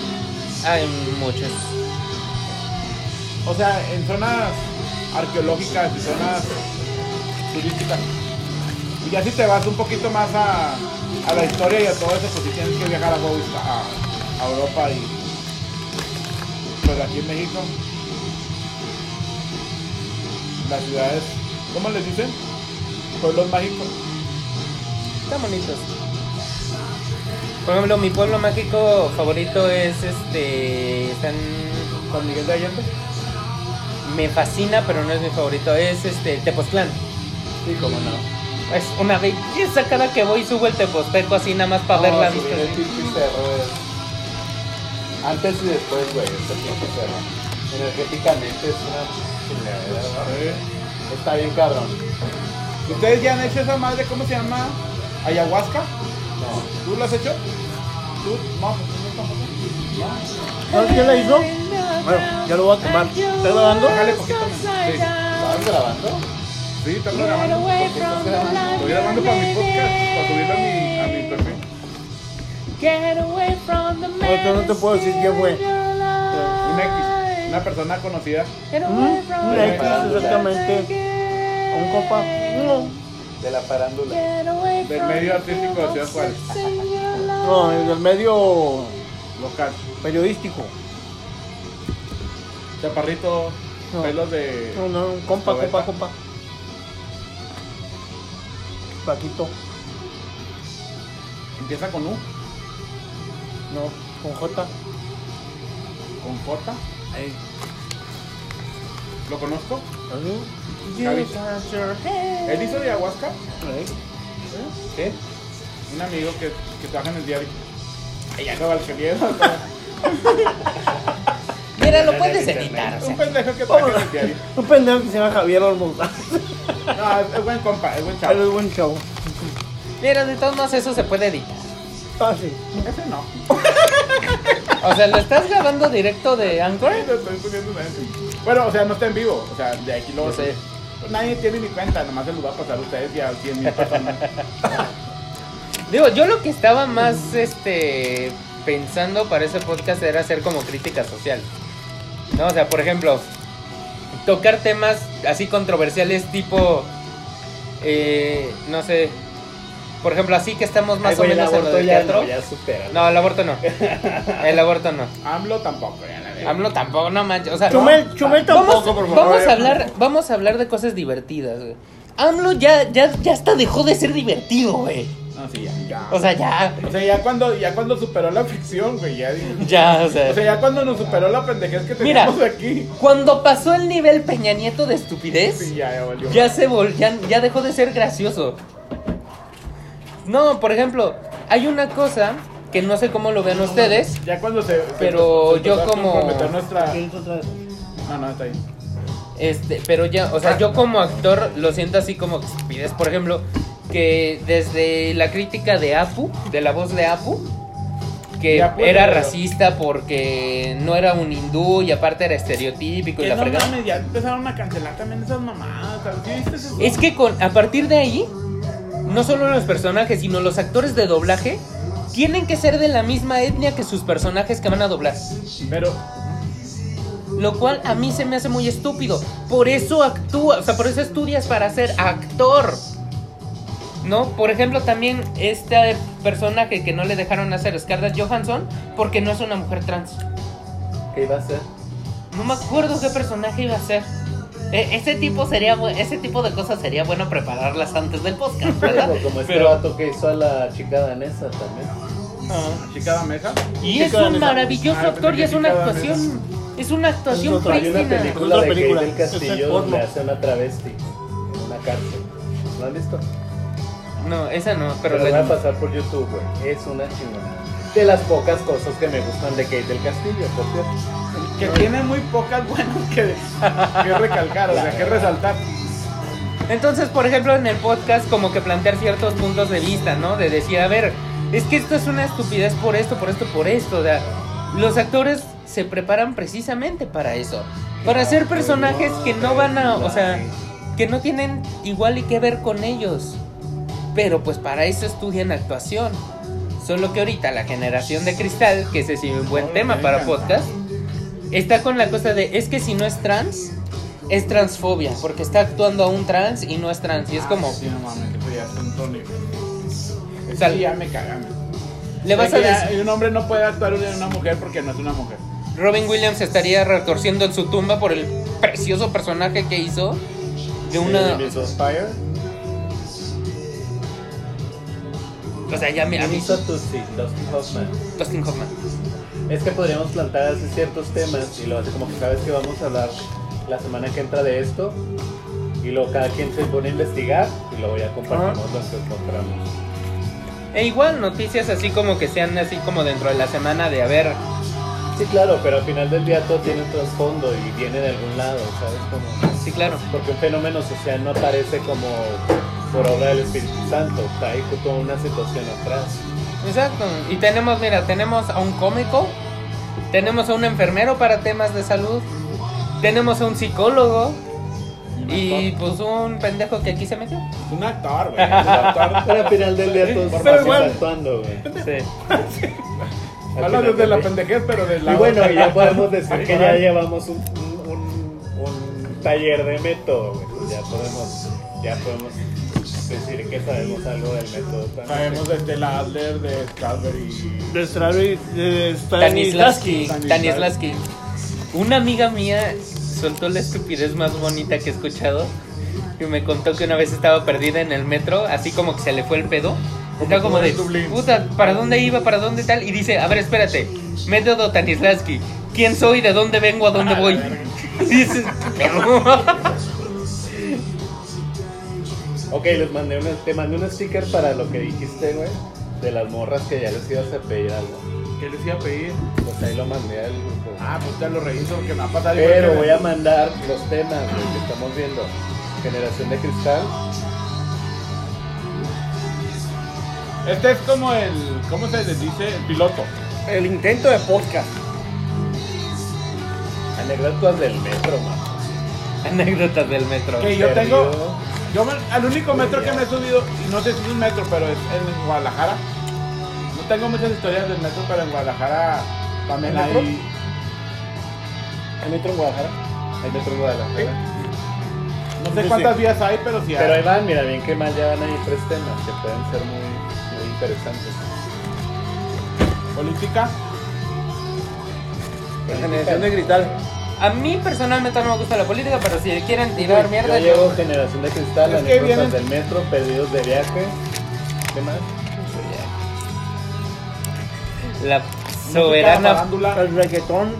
S1: Hay muchos.
S4: O sea, en zonas arqueológicas y zonas turísticas. Y ya si te vas un poquito más a, a la historia y a todo eso, pues si tienes que viajar a Huevo y está- a, a Europa y pues aquí en México las ciudades, ¿cómo les dicen? Pueblos mágicos.
S1: Están bonitos. Por ejemplo, mi pueblo mágico favorito es este. San...
S4: San Miguel de Allende.
S1: Me fascina, pero no es mi favorito. Es este Tepoztlán.
S2: Sí, cómo no.
S1: Es una belleza cada que voy subo el Teposteco así nada más para ver
S2: No,
S1: la
S2: subir
S1: vista.
S2: el pinche cerro es- Antes y después, güey, este pinche cerro. Energéticamente es una chingadera, güey. Está bien cabrón.
S4: ¿Ustedes ya han hecho esa madre, cómo se llama? Ayahuasca.
S2: No.
S4: ¿Tú lo has hecho? ¿Tú? No, pues no estamos.
S3: ¿Sabes quién la hizo? Bueno, ya lo voy a tomar. ¿Estás grabando?
S4: Déjale poquito. Sí,
S2: ¿Estabas grabando?
S4: sí, estás grabando.
S2: ¿Por qué estás grabando?
S4: Estoy grabando para mi podcast, para subirlo a mi, a mi perfil.
S3: Ahorita no te puedo decir quién fue.
S4: Un X, una persona conocida.
S3: Mm, Un X, exactamente. A un compa. No,
S2: De la farándula.
S4: del medio artístico de Ciudad Juárez,
S3: no, el del medio
S4: local.
S3: periodístico.
S4: Chaparrito,
S3: No.
S4: pelos de.
S3: No, no, un compa, compa,
S4: Roberta.
S3: compa. Paquito.
S4: Empieza con U,
S3: No, con J.
S4: con J. ¿Lo conozco? Javi. ¿Él hizo de ayahuasca?
S3: Ahí.
S4: ¿Qué? Un amigo que, que trabaja en el diario. Ella no valqueviero. Un
S1: Mira, lo puedes editar. o sea.
S4: pendejo que trabaja en el diario.
S3: Un pendejo que se llama Javier Olmos.
S4: No, es, es buen compa, es buen
S3: Pero
S4: chavo.
S3: es buen chavo.
S1: Mira, de todos modos eso se puede editar.
S3: Fácil.
S4: Ese no.
S1: O sea, ¿lo estás grabando directo de Anchor?
S4: Lo estoy poniendo en el- Bueno, o sea, no está en vivo. O sea, de aquí lo
S1: Yo sé.
S4: Pues nadie tiene ni cuenta, nomás se los va a pasar a ustedes y a 100 mil personas.
S1: Digo, yo lo que estaba más este pensando para ese podcast era hacer como crítica social. No, o sea, por ejemplo, tocar temas así controversiales tipo eh, no sé, por ejemplo, así que estamos más o menos en lo del teatro.
S2: ya supera.
S1: No, el aborto no. El aborto no.
S4: AMLO tampoco, ya la veo.
S1: AMLO tampoco, no manches. O sea,
S3: Chumel, Chumel
S1: vamos,
S3: tampoco, por favor. eh.
S1: Vamos a hablar, vamos a hablar de cosas divertidas, güey. AMLO ya, ya, ya hasta dejó de ser divertido, güey.
S4: No, sí, ya. ya.
S1: O sea, ya,
S4: O sea, ya cuando, ya cuando superó la ficción, güey, ya digo.
S1: ya, o
S4: O sea,
S1: sea.
S4: ya cuando nos superó la pendejez que
S1: Mira.
S4: teníamos aquí.
S1: Cuando pasó el nivel Peña Nieto de estupidez,
S4: Sí, ya, ya valió.
S1: ya se vol, ya, ya dejó de ser gracioso. No, por ejemplo, hay una cosa que no sé cómo lo vean ustedes.
S4: Ya cuando se. se-
S1: Pero
S4: se empezó
S1: yo
S4: a
S1: como-
S4: comprometer nuestra...
S5: ¿Qué hizo otra vez?
S4: No, no, está ahí.
S1: Este, pero ya, o sea, yo como actor lo siento así como que pides, por ejemplo, que desde la crítica de Apu, de la voz de Apu, que
S4: De Apu,
S1: era
S4: de-
S1: racista porque no era un hindú y aparte era estereotípico y
S4: Que
S1: la
S4: no
S1: fregada.
S4: mames, ya empezaron a cancelar también esas mamadas. ¿sabes? ¿Sí viste eso?
S1: Es que con a partir de ahí, no solo los personajes, sino los actores de doblaje tienen que ser de la misma etnia que sus personajes que van a doblar.
S4: Pero.
S1: Lo cual a mí se me hace muy estúpido. Por eso actúa, o sea, por eso estudias para ser actor. ¿No? Por ejemplo, también este personaje que no le dejaron hacer Scarlett Johansson porque no es una mujer trans.
S2: ¿Qué iba a hacer?
S1: No me acuerdo qué personaje iba a ser. E- ese tipo sería bu- ese tipo de cosas sería bueno prepararlas antes del podcast, ¿verdad?
S2: Pero como este
S1: Pero-
S2: vato que hizo a la chica danesa también.
S1: Ah.
S4: Chica de mesa.
S1: Y es
S3: Chica
S1: un
S3: danesa.
S1: maravilloso
S4: Ah, pensé
S1: actor y
S4: que
S1: es una
S4: chica
S1: actuación es una
S3: Es
S1: actuación
S3: otra, hay
S2: Hay una
S1: prístina.
S2: película
S3: Otra
S2: de Kate
S3: película.
S2: del
S3: Eso
S2: Castillo
S3: es
S2: donde
S3: porno.
S2: hace una travesti en una cárcel. ¿Lo han visto?
S1: No, esa no, pero
S2: Pero la
S1: la-
S2: voy a pasar por YouTube, güey. Es una chingona. De las pocas cosas que me gustan de Kate del Castillo, por cierto.
S4: Que tiene muy pocas buenas que, que recalcar, o sea, que resaltar.
S1: Entonces, por ejemplo, en el podcast como que plantear ciertos puntos de vista, ¿no? De decir, a ver, es que esto es una estupidez por esto, por esto, por esto. O sea, los actores se preparan precisamente para eso. Para hacer personajes que no van a, o sea, que no tienen igual y que ver con ellos. Pero pues para eso estudian actuación. Solo que ahorita la generación de cristal, que ese sí es un buen
S4: No,
S1: tema
S4: me
S1: para
S4: encanta.
S1: podcast, está con la cosa de, es que si no es trans, es transfobia, porque está actuando a un trans y no es Ah, trans. Y es como,
S4: Sí, no mames, eso ya es un tónico.
S1: Sal-
S4: Sí, ya me cagaron.
S1: Le vas a
S4: que
S1: decir.
S4: Un hombre no puede actuar en una mujer porque no es una mujer.
S1: Robin Williams estaría retorciendo en su tumba por el precioso personaje que hizo de una.
S6: Vampire.
S1: O sea, ya me a mí-
S6: Hizo Tutsi, Dustin Hoffman.
S1: Dustin Hoffman.
S6: Es que podríamos plantar así ciertos temas y lo hace como que sabes que vamos a hablar la semana que entra de esto. Y luego cada quien se pone a investigar y luego ya compartimos lo que encontramos.
S1: E igual noticias así como que sean así como dentro de la semana de a ver.
S6: Sí, claro, pero al final del día todo tiene un trasfondo y viene de algún lado, ¿sabes? Como...
S1: Sí, claro.
S6: Porque un fenómeno social no aparece como por obra del Espíritu Santo, está ahí con una situación atrás.
S1: Exacto. Y tenemos, mira, tenemos a un cómico, tenemos a un enfermero para temas de salud, tenemos a un psicólogo y pues un pendejo que aquí se metió.
S4: Un actor, güey. Un actor.
S6: Pero al final del día todos
S4: Pero
S6: están
S4: igual.
S6: actuando, güey. Sí. Al
S4: Habla
S6: final
S4: desde la
S6: del día.
S4: pendejez, pero de la.
S6: Y bueno,
S4: otra.
S6: y ya podemos decir que ya
S4: Ajá.
S6: llevamos un, un- un- un taller de método, güey. Pues Ya podemos, ya podemos decir que sabemos algo del método. también.
S4: Sabemos de Stella Adler, de Strawberry.
S3: De Strawberry, de
S1: Stanislavski.
S3: Stanislavski.
S1: Stanislavski. Una amiga mía soltó la estupidez más bonita que he escuchado. Y me contó que una vez estaba perdida en el metro, así como que se le fue el pedo. Estaba como de, puta, ¿para dónde iba? ¿Para dónde tal? Y dice, a ver, espérate, método Stanislavski. ¿Quién soy? ¿De dónde vengo? ¿A dónde voy? Dices, "Pero".
S6: Ok, les mandé un, te mandé un sticker para lo que dijiste, güey. De las morras que ya les ibas a pedir algo.
S4: ¿Qué les iba a pedir?
S6: Pues ahí lo mandé al grupo.
S4: Ah, pues ya lo reviso porque me va a pasar. igual
S6: Pero
S4: que-
S6: voy a mandar los temas güey, que estamos viendo. Generación de cristal.
S4: Este es como el. ¿Cómo se les dice? El piloto.
S5: El intento de podcast.
S6: Anécdotas del metro, man.
S1: Anécdotas del metro.
S4: Que yo
S6: Perdido.
S4: tengo. Yo me- al único metro que me he subido, y no sé si es un metro, pero es en Guadalajara. No tengo muchas historias del metro, pero en Guadalajara también
S6: ¿El metro?
S4: hay.
S6: ¿Hay metro en Guadalajara? Hay metro en Guadalajara.
S4: No sé cuántas vías hay, pero sí hay.
S6: Pero ahí van, mira, bien que más ya van ahí tres temas que pueden ser muy, muy interesantes.
S4: Política.
S5: La generación de cristal.
S1: A mí personalmente no me gusta la política, pero si quieren tirar mierda,
S6: Yo llevo generación de cristal,
S4: Es que
S6: anécdotas
S4: vienen-
S6: del metro, pedidos de viaje. ¿Qué más?
S1: la
S4: música,
S1: soberana,
S4: farándula.
S5: El reggaetón.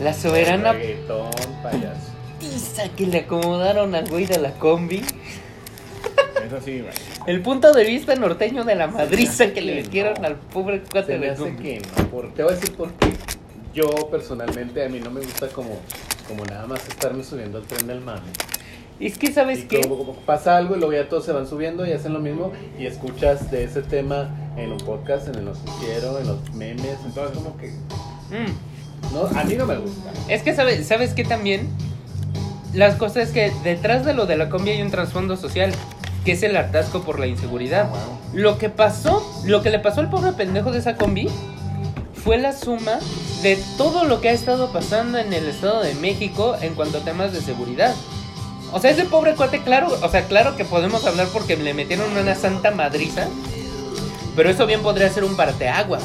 S1: la soberana
S6: Reggaetón, payaso.
S1: pizza que le acomodaron al güey de la combi.
S4: Eso sí, güey.
S1: El punto de vista norteño de la madriza que le metieron al pobre cuate
S6: Se me
S1: de
S6: hace
S1: combi.
S6: que no, por- te voy a decir por qué. Yo personalmente a mí no me gusta como, como nada más estarme subiendo al tren del mame.
S1: Es Pues que, ¿sabes
S6: Y
S1: qué?
S6: como, como pasa algo y luego ya todos se van subiendo y hacen lo mismo y escuchas de ese tema en un podcast, en el noticiero, en los memes, entonces como que
S1: Mm.
S6: no, a mí no me gusta.
S1: Es que, ¿sabes, ¿sabes qué también? Las cosas es que detrás de lo de la combi hay un trasfondo social, que es el hartazgo por la inseguridad. Lo que pasó, lo que le pasó al pobre pendejo de esa combi fue la suma de todo lo que ha estado pasando en el Estado de México en cuanto a temas de seguridad. O sea, ese pobre cuate, claro, o sea, claro que podemos hablar porque le metieron una santa madriza, pero eso bien podría ser un parteaguas.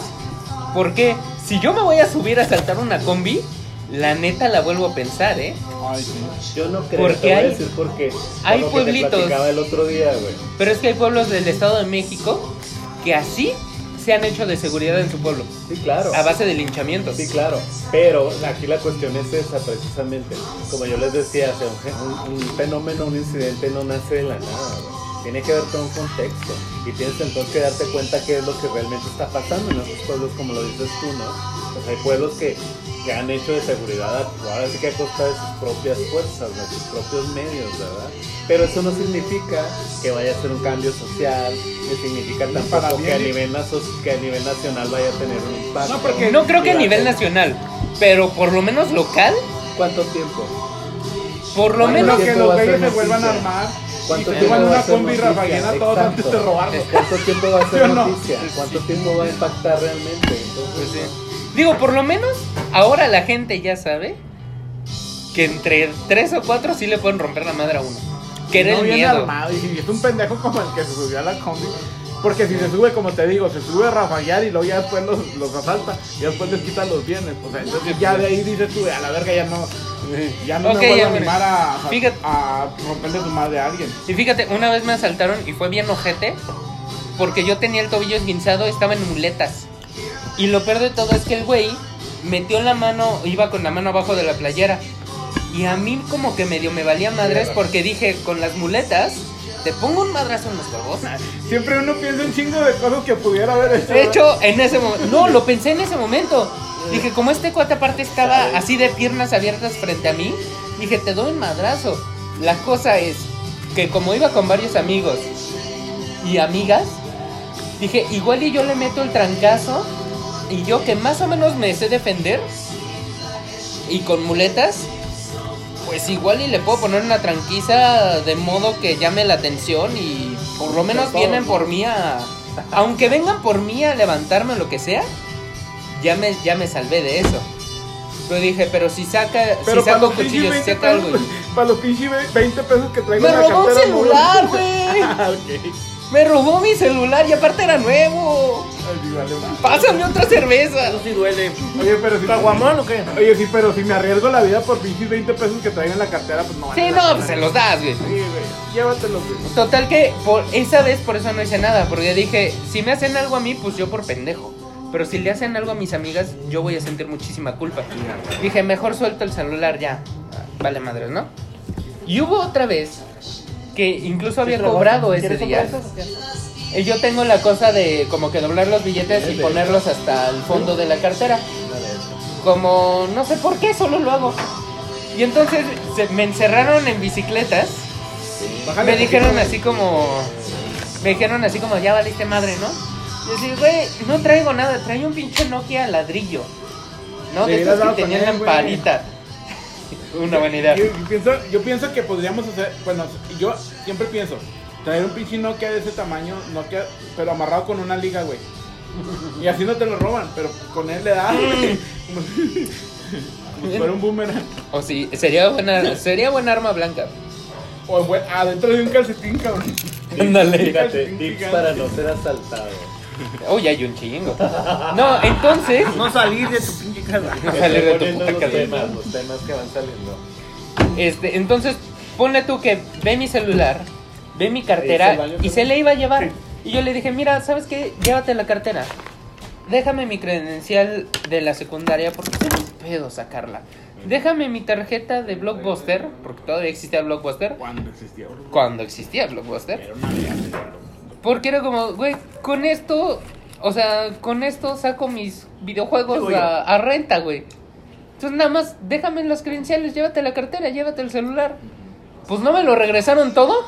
S1: Porque si yo me voy a subir a saltar una combi, la neta la vuelvo a pensar, ¿eh?
S4: Ay, sí.
S6: Yo no creo,
S1: Porque
S6: te voy a
S1: hay-
S6: decir por qué. Por
S1: hay
S6: lo que te
S1: pueblitos.
S6: platicaba el otro día, güey.
S1: Pero es que hay pueblos del Estado de México que así se han hecho de seguridad en su pueblo,
S6: Sí, claro.
S1: a base de linchamientos.
S6: Sí, claro, pero aquí la cuestión es esa precisamente. Como yo les decía, o sea, un, gen- un- un fenómeno, un incidente no nace de la nada. güey. Tiene que ver con un contexto y tienes entonces que darte cuenta qué es lo que realmente está pasando en esos pueblos, como lo dices tú, ¿no? Pues hay pueblos que, que han hecho de seguridad, a- ahora sí que a costa de sus propias fuerzas, de sus propios medios, ¿verdad? Pero eso no significa que vaya a ser un cambio social, ni significa
S4: para
S6: tampoco
S4: bien,
S6: que a,
S4: ni-
S6: nivel naso- que a nivel nacional vaya a tener un impacto.
S4: No, porque-
S1: No creo que a
S6: Ni va
S1: nivel
S6: ser-
S1: nacional, pero por lo menos local,
S6: ¿Cuánto tiempo?
S1: por lo
S6: Bueno,
S1: menos...
S4: Lo que
S6: tiempo va
S4: los
S6: a ser
S4: güeyes se
S6: noticia?
S4: vuelvan a armar. Y
S6: ¿Cuánto
S4: se
S6: tiempo
S4: llevan
S6: va
S4: una
S6: a ser
S4: combi
S6: noticia?
S4: rafagueada todos
S6: Exacto.
S4: antes de robarlo.
S6: ¿Cuánto tiempo va a
S4: ¿Sí
S6: ser
S4: o no?
S6: noticia? ¿Cuánto tiempo va a impactar realmente? Entonces,
S1: Digo, por lo menos ahora la gente ya sabe que entre tres o cuatro sí le pueden romper la madre a uno. Que era
S4: no
S1: el
S4: viene
S1: miedo.
S4: armado. Y si es un pendejo como el que se subió a la combi, Porque si se sube, como te digo, se sube a rafaguear y luego ya después los, los asalta y después les quita los bienes. O sea, entonces ya de ahí dices tú, "Eh, a la verga ya no. Ya no
S1: Ok,
S4: me voy a
S1: hombre.
S4: animar a, a-
S1: Fíjate.
S4: a romperle su madre a alguien.
S1: Y fíjate, una vez me asaltaron y fue bien ojete porque yo tenía el tobillo esguinzado, estaba en muletas. Y lo peor de todo es que el güey metió la mano, iba con la mano abajo de la playera. Y a mí como que medio me valía madres porque dije, con las muletas, te pongo un madrazo en los huevos.
S4: Siempre uno piensa un chingo de cosas que pudiera haber hecho.
S1: De hecho, en ese momento, no, lo pensé en ese momento. Dije, como este cuate aparte estaba así de piernas abiertas frente a mí, dije, te doy un madrazo. La cosa es que como iba con varios amigos y amigas, dije, igual y yo le meto el trancazo y yo que más o menos me sé defender y con muletas, pues igual y le puedo poner una tranquiza de modo que llame la atención y por lo menos vienen por mí a... Aunque vengan por mí a levantarme o lo que sea, ya me, ya me salvé de eso. Pero dije, pero si saca,
S4: Pero
S1: si
S4: para
S1: saco
S4: los pinches
S1: cuchillos, si
S4: 20
S1: saca algo.
S4: pesos,
S1: y-
S4: para los pinches ve- 20 pesos que traigo
S1: Me
S4: en la
S1: robó un
S4: cartera, no-
S1: celular, güey.
S4: Ah, ok.
S1: Me robó mi celular y aparte era nuevo.
S4: Ay, sí, vale, madre.
S1: Pásame otra cerveza.
S5: Eso sí duele.
S4: Oye, pero si
S5: ¿Caguamón o qué?
S4: Oye, sí, pero si me arriesgo la vida por pinches 20 pesos que traigo en la cartera, pues no
S1: Sí,
S4: vale la
S1: no,
S4: pena.
S1: pues se los das, güey.
S4: Sí, güey, llévatelo, güey.
S1: Total que por esa vez por eso no hice nada, porque dije, si me hacen algo a mí, pues yo por pendejo. Pero si le hacen algo a mis amigas, yo voy a sentir muchísima culpa. Dije, mejor suelto el celular ya. Vale madres, ¿no? Y hubo otra vez que incluso había cobrado ese día. Y yo tengo la cosa de como que doblar los billetes y ponerlos hasta el fondo de la cartera. Como no sé por qué, solo lo hago. Y entonces se- me encerraron en bicicletas.
S4: Bájale
S1: Me
S4: poquito,
S1: dijeron
S4: güey.
S1: así como. Me dijeron así como, ya valiste madre, ¿no? Y así, güey, no traigo nada, traigo un pinche Nokia ladrillo. ¿No? De
S4: Le hubieras
S1: estos
S4: dado
S1: que tenían
S4: con él, güey.
S1: lamparita. Una buena idea.
S4: Yo, yo pienso, yo pienso que podríamos hacer. Bueno, yo siempre pienso traer un pinche Nokia de ese tamaño, Nokia, pero amarrado con una liga, güey. Y así no te lo roban, pero con él le da. güey. Como
S1: Mm.
S4: si como si fuera un boomerang.
S1: O sí, sería buena, sería buena arma blanca.
S4: O en buen- adentro de un calcetín, cabrón.
S1: Ándale.
S6: Fíjate,
S4: Un
S6: tips
S4: gigante.
S6: para no ser asaltado.
S1: Uy, hay un chingo. No, entonces.
S3: No salir de tu pinche casa.
S1: No
S6: Estoy
S1: salir de tu
S6: poniendo
S1: puta
S6: los
S1: casa.
S6: temas, los temas que van saliendo.
S1: Este, entonces, ponle tú que ve mi celular, ve mi
S6: Ahí está
S1: cartera
S6: el baño,
S1: y
S6: creo.
S1: se le iba a llevar. Y yo le dije, mira, ¿sabes qué? Llévate la cartera. Déjame mi credencial de la secundaria porque es un pedo sacarla. Déjame mi tarjeta de Blockbuster, porque todavía existía Blockbuster.
S4: Cuando existía, güey.
S1: Cuando existía Blockbuster.
S4: Era una liga, güey.
S1: Porque era como, güey, con esto, o sea, con esto saco mis videojuegos a, a renta, güey. Entonces nada más, déjame las credenciales, llévate la cartera, llévate el celular. Pues no me lo regresaron todo.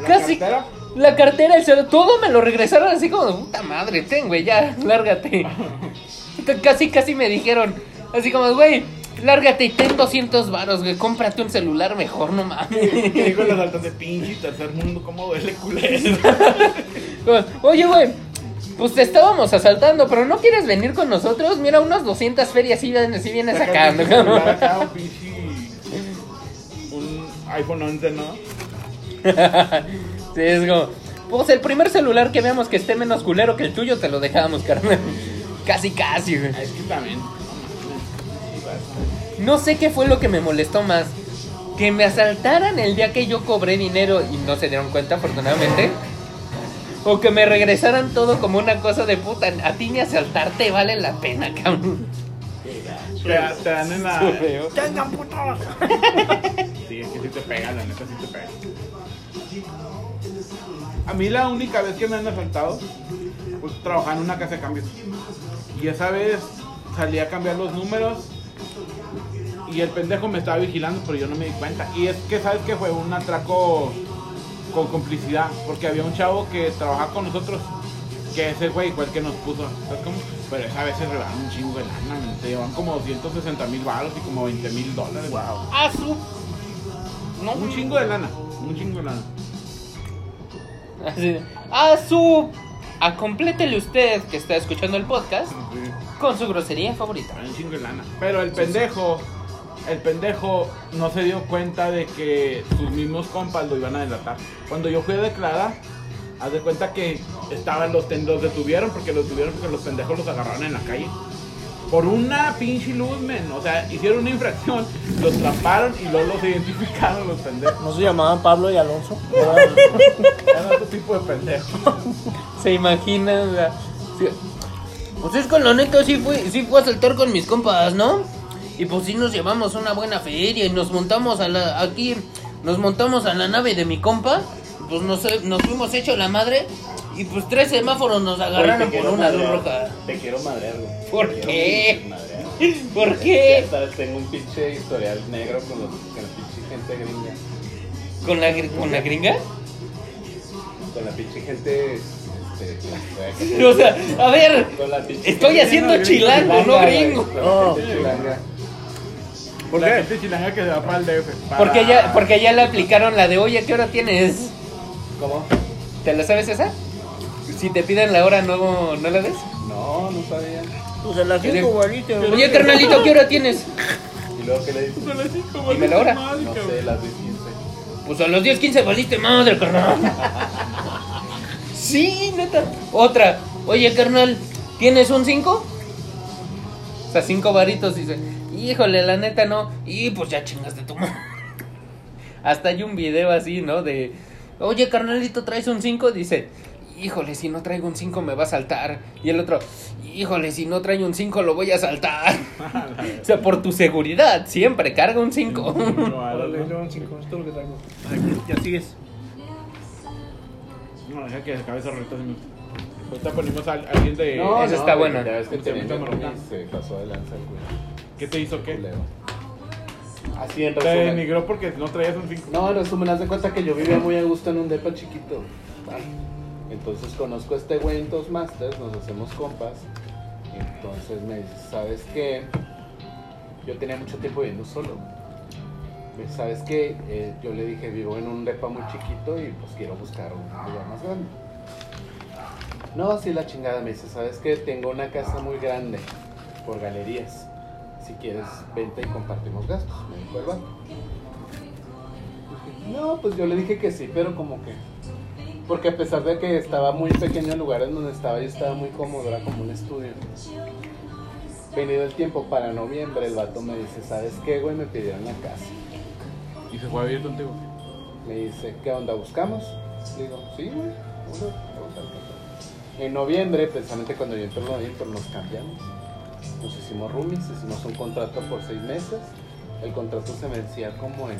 S4: La
S1: Casi.
S4: cartera,
S1: La cartera, el celular, todo me lo regresaron así como, puta madre, ten, güey, ya, lárgate. Entonces, Casi, casi me dijeron, así como, güey, lárgate y ten 200 varos, güey, cómprate un celular mejor, no mames.
S4: que dijo el asaltante pinche tercer mundo, cómo duele culero.
S1: Como, Oye, güey, pues te estábamos asaltando, pero no quieres venir con nosotros. Mira, unas 200 ferias si vienes sacando,
S4: Sacaste
S1: cabrón.
S4: celular acá, un pinche. Ah, Un iPhone 11, ¿no?
S1: Sí, es como, pues el primer celular que veamos que esté menos culero que el tuyo te lo dejábamos, carnal. Casi, casi, güey.
S4: Ah, Es que también.
S1: No sé qué fue lo que me molestó más. Que me asaltaran el día que yo cobré dinero y no se dieron cuenta, afortunadamente. O que me regresaran todo como una cosa de puta. A ti ni asaltarte vale la pena, cabrón.
S4: Te, te dan en la.
S1: Feo.
S4: ¡Tengan puto! sí, es que sí te pega, la neta sí te pega. A mí la única vez que me han asaltado, pues trabajaba en una casa de cambios. Y esa vez salí a cambiar los números y el pendejo me estaba vigilando, pero yo no me di cuenta. Y es que, ¿sabes que Fue un atraco con complicidad, porque había un chavo que trabajaba con nosotros, que ese güey fue el que nos puso. ¿sabes cómo? Pero esa vez se rebaron un chingo de lana, men, se llevan como 260 mil baros y como 20 mil dólares. Wow.
S1: Ah, su- No,
S4: Un chingo de lana, un chingo de lana.
S1: Así, A su. A complétele usted que está escuchando el podcast con su grosería favorita.
S4: Era un chingo de lana. Pero el pendejo, el pendejo no se dio cuenta de que sus mismos compas lo iban a delatar. Cuando yo fui a declarar, Haz de cuenta que estaban los, ten- los detuvieron porque los detuvieron porque los pendejos los agarraron en la calle. Por una pinche luz, men. O sea, hicieron una infracción, los traparon y luego los identificaron los pendejos.
S3: No se llamaban Pablo y Alonso.
S4: Era otro tipo de pendejos.
S1: Se imagina, o sea, sí. Pues es con lo neto, sí fui, sí fui a saltar con mis compas, ¿no? Y pues sí nos llevamos una buena feria y nos montamos a la, aquí, nos montamos a la nave de mi compa, y pues nos, nos fuimos hecho la madre y pues tres semáforos nos agarraron por una luz roja.
S2: Te quiero madrear, güey.
S1: ¿Por
S2: Te quiero
S1: qué?
S2: pinches madrear.
S1: ¿Por
S2: Ya
S1: qué?
S2: sabes, tengo un pinche historial negro con, los, con la pinche gente gringa.
S1: ¿Con la, gr- con la gringa?
S2: Con la pinche gente. Este, que-
S1: O sea, a ver,
S2: con la pinche
S1: estoy haciendo chilango, no gringo.
S2: No.
S4: ¿Por la gente chilanga que se va para el DF. para-
S1: Porque ya, porque ya le aplicaron la de, oye, ¿qué hora tienes?
S2: ¿Cómo?
S1: ¿Te la sabes esa? Si te piden la hora, ¿no, no la des?
S2: No, no sabía.
S3: Pues a las
S1: Tiene-
S3: cinco, güerito.
S1: Oye, carnalito, ¿qué hora tienes?
S2: ¿Y luego qué le dices?
S4: Son las cinco,
S1: Dime
S4: maldita
S1: la hora.
S4: madre,
S2: No
S4: cabrón.
S2: sé, las 15.
S1: Pues a los 10.15 valiste madre, carnal. Sí, neta. Otra. Oye, carnal, ¿tienes un 5? O sea, 5 varitos, dice. Híjole, la neta no. Y pues ya chingaste tu madre. Hasta hay un video así, ¿no? De, oye, carnalito, ¿traes un 5? Dice, híjole, si no traigo un 5 me va a saltar. Y el otro, híjole, si no traigo un 5 lo voy a saltar. o sea, por tu seguridad, siempre carga un 5.
S4: No, ahora no.
S3: Ya sigues.
S4: No, deja que se acabe esa rolita. sí. Ahorita ponemos a a alguien de.
S1: No. esa está
S2: pero
S1: buena.
S2: Ya ves que te
S4: Justamente
S2: vino
S4: marrón.
S2: y se pasó de lanza el güey.
S4: ¿Qué te hizo qué?
S2: Culero. Así en
S4: Te
S2: resumen.
S4: denigró porque no traías un 5.
S2: No, en resumen, haz de cuenta que yo vivía muy a gusto en un depa chiquito. Entonces conozco a este güey en dos masters, nos hacemos compas. Entonces me dice, ¿sabes qué? Yo tenía mucho tiempo viviendo solo. Me dice, ¿Sabes qué? Eh, yo le dije, vivo en un depa muy chiquito y pues quiero buscar un lugar más grande. No, sí, la chingada me dice, ¿sabes qué? Tengo una casa muy grande por galerías. Si quieres, vente y compartimos gastos. Me dijo el vato. No, pues yo le dije que sí, pero como que. Porque a pesar de que estaba muy pequeño el lugar en donde estaba, yo estaba muy cómodo, era como un estudio. Venido el tiempo para noviembre, el vato me dice: ¿Sabes qué, güey? Me pidieron la casa.
S4: Y se fue a vivir contigo.
S2: Me dice: ¿Qué onda? ¿Buscamos? Le digo: Sí, güey. vamos a- vamos a- En noviembre, precisamente cuando yo entré en noviembre, nos cambiamos. Nos hicimos roomies, hicimos un contrato por seis meses. El contrato se vencía como en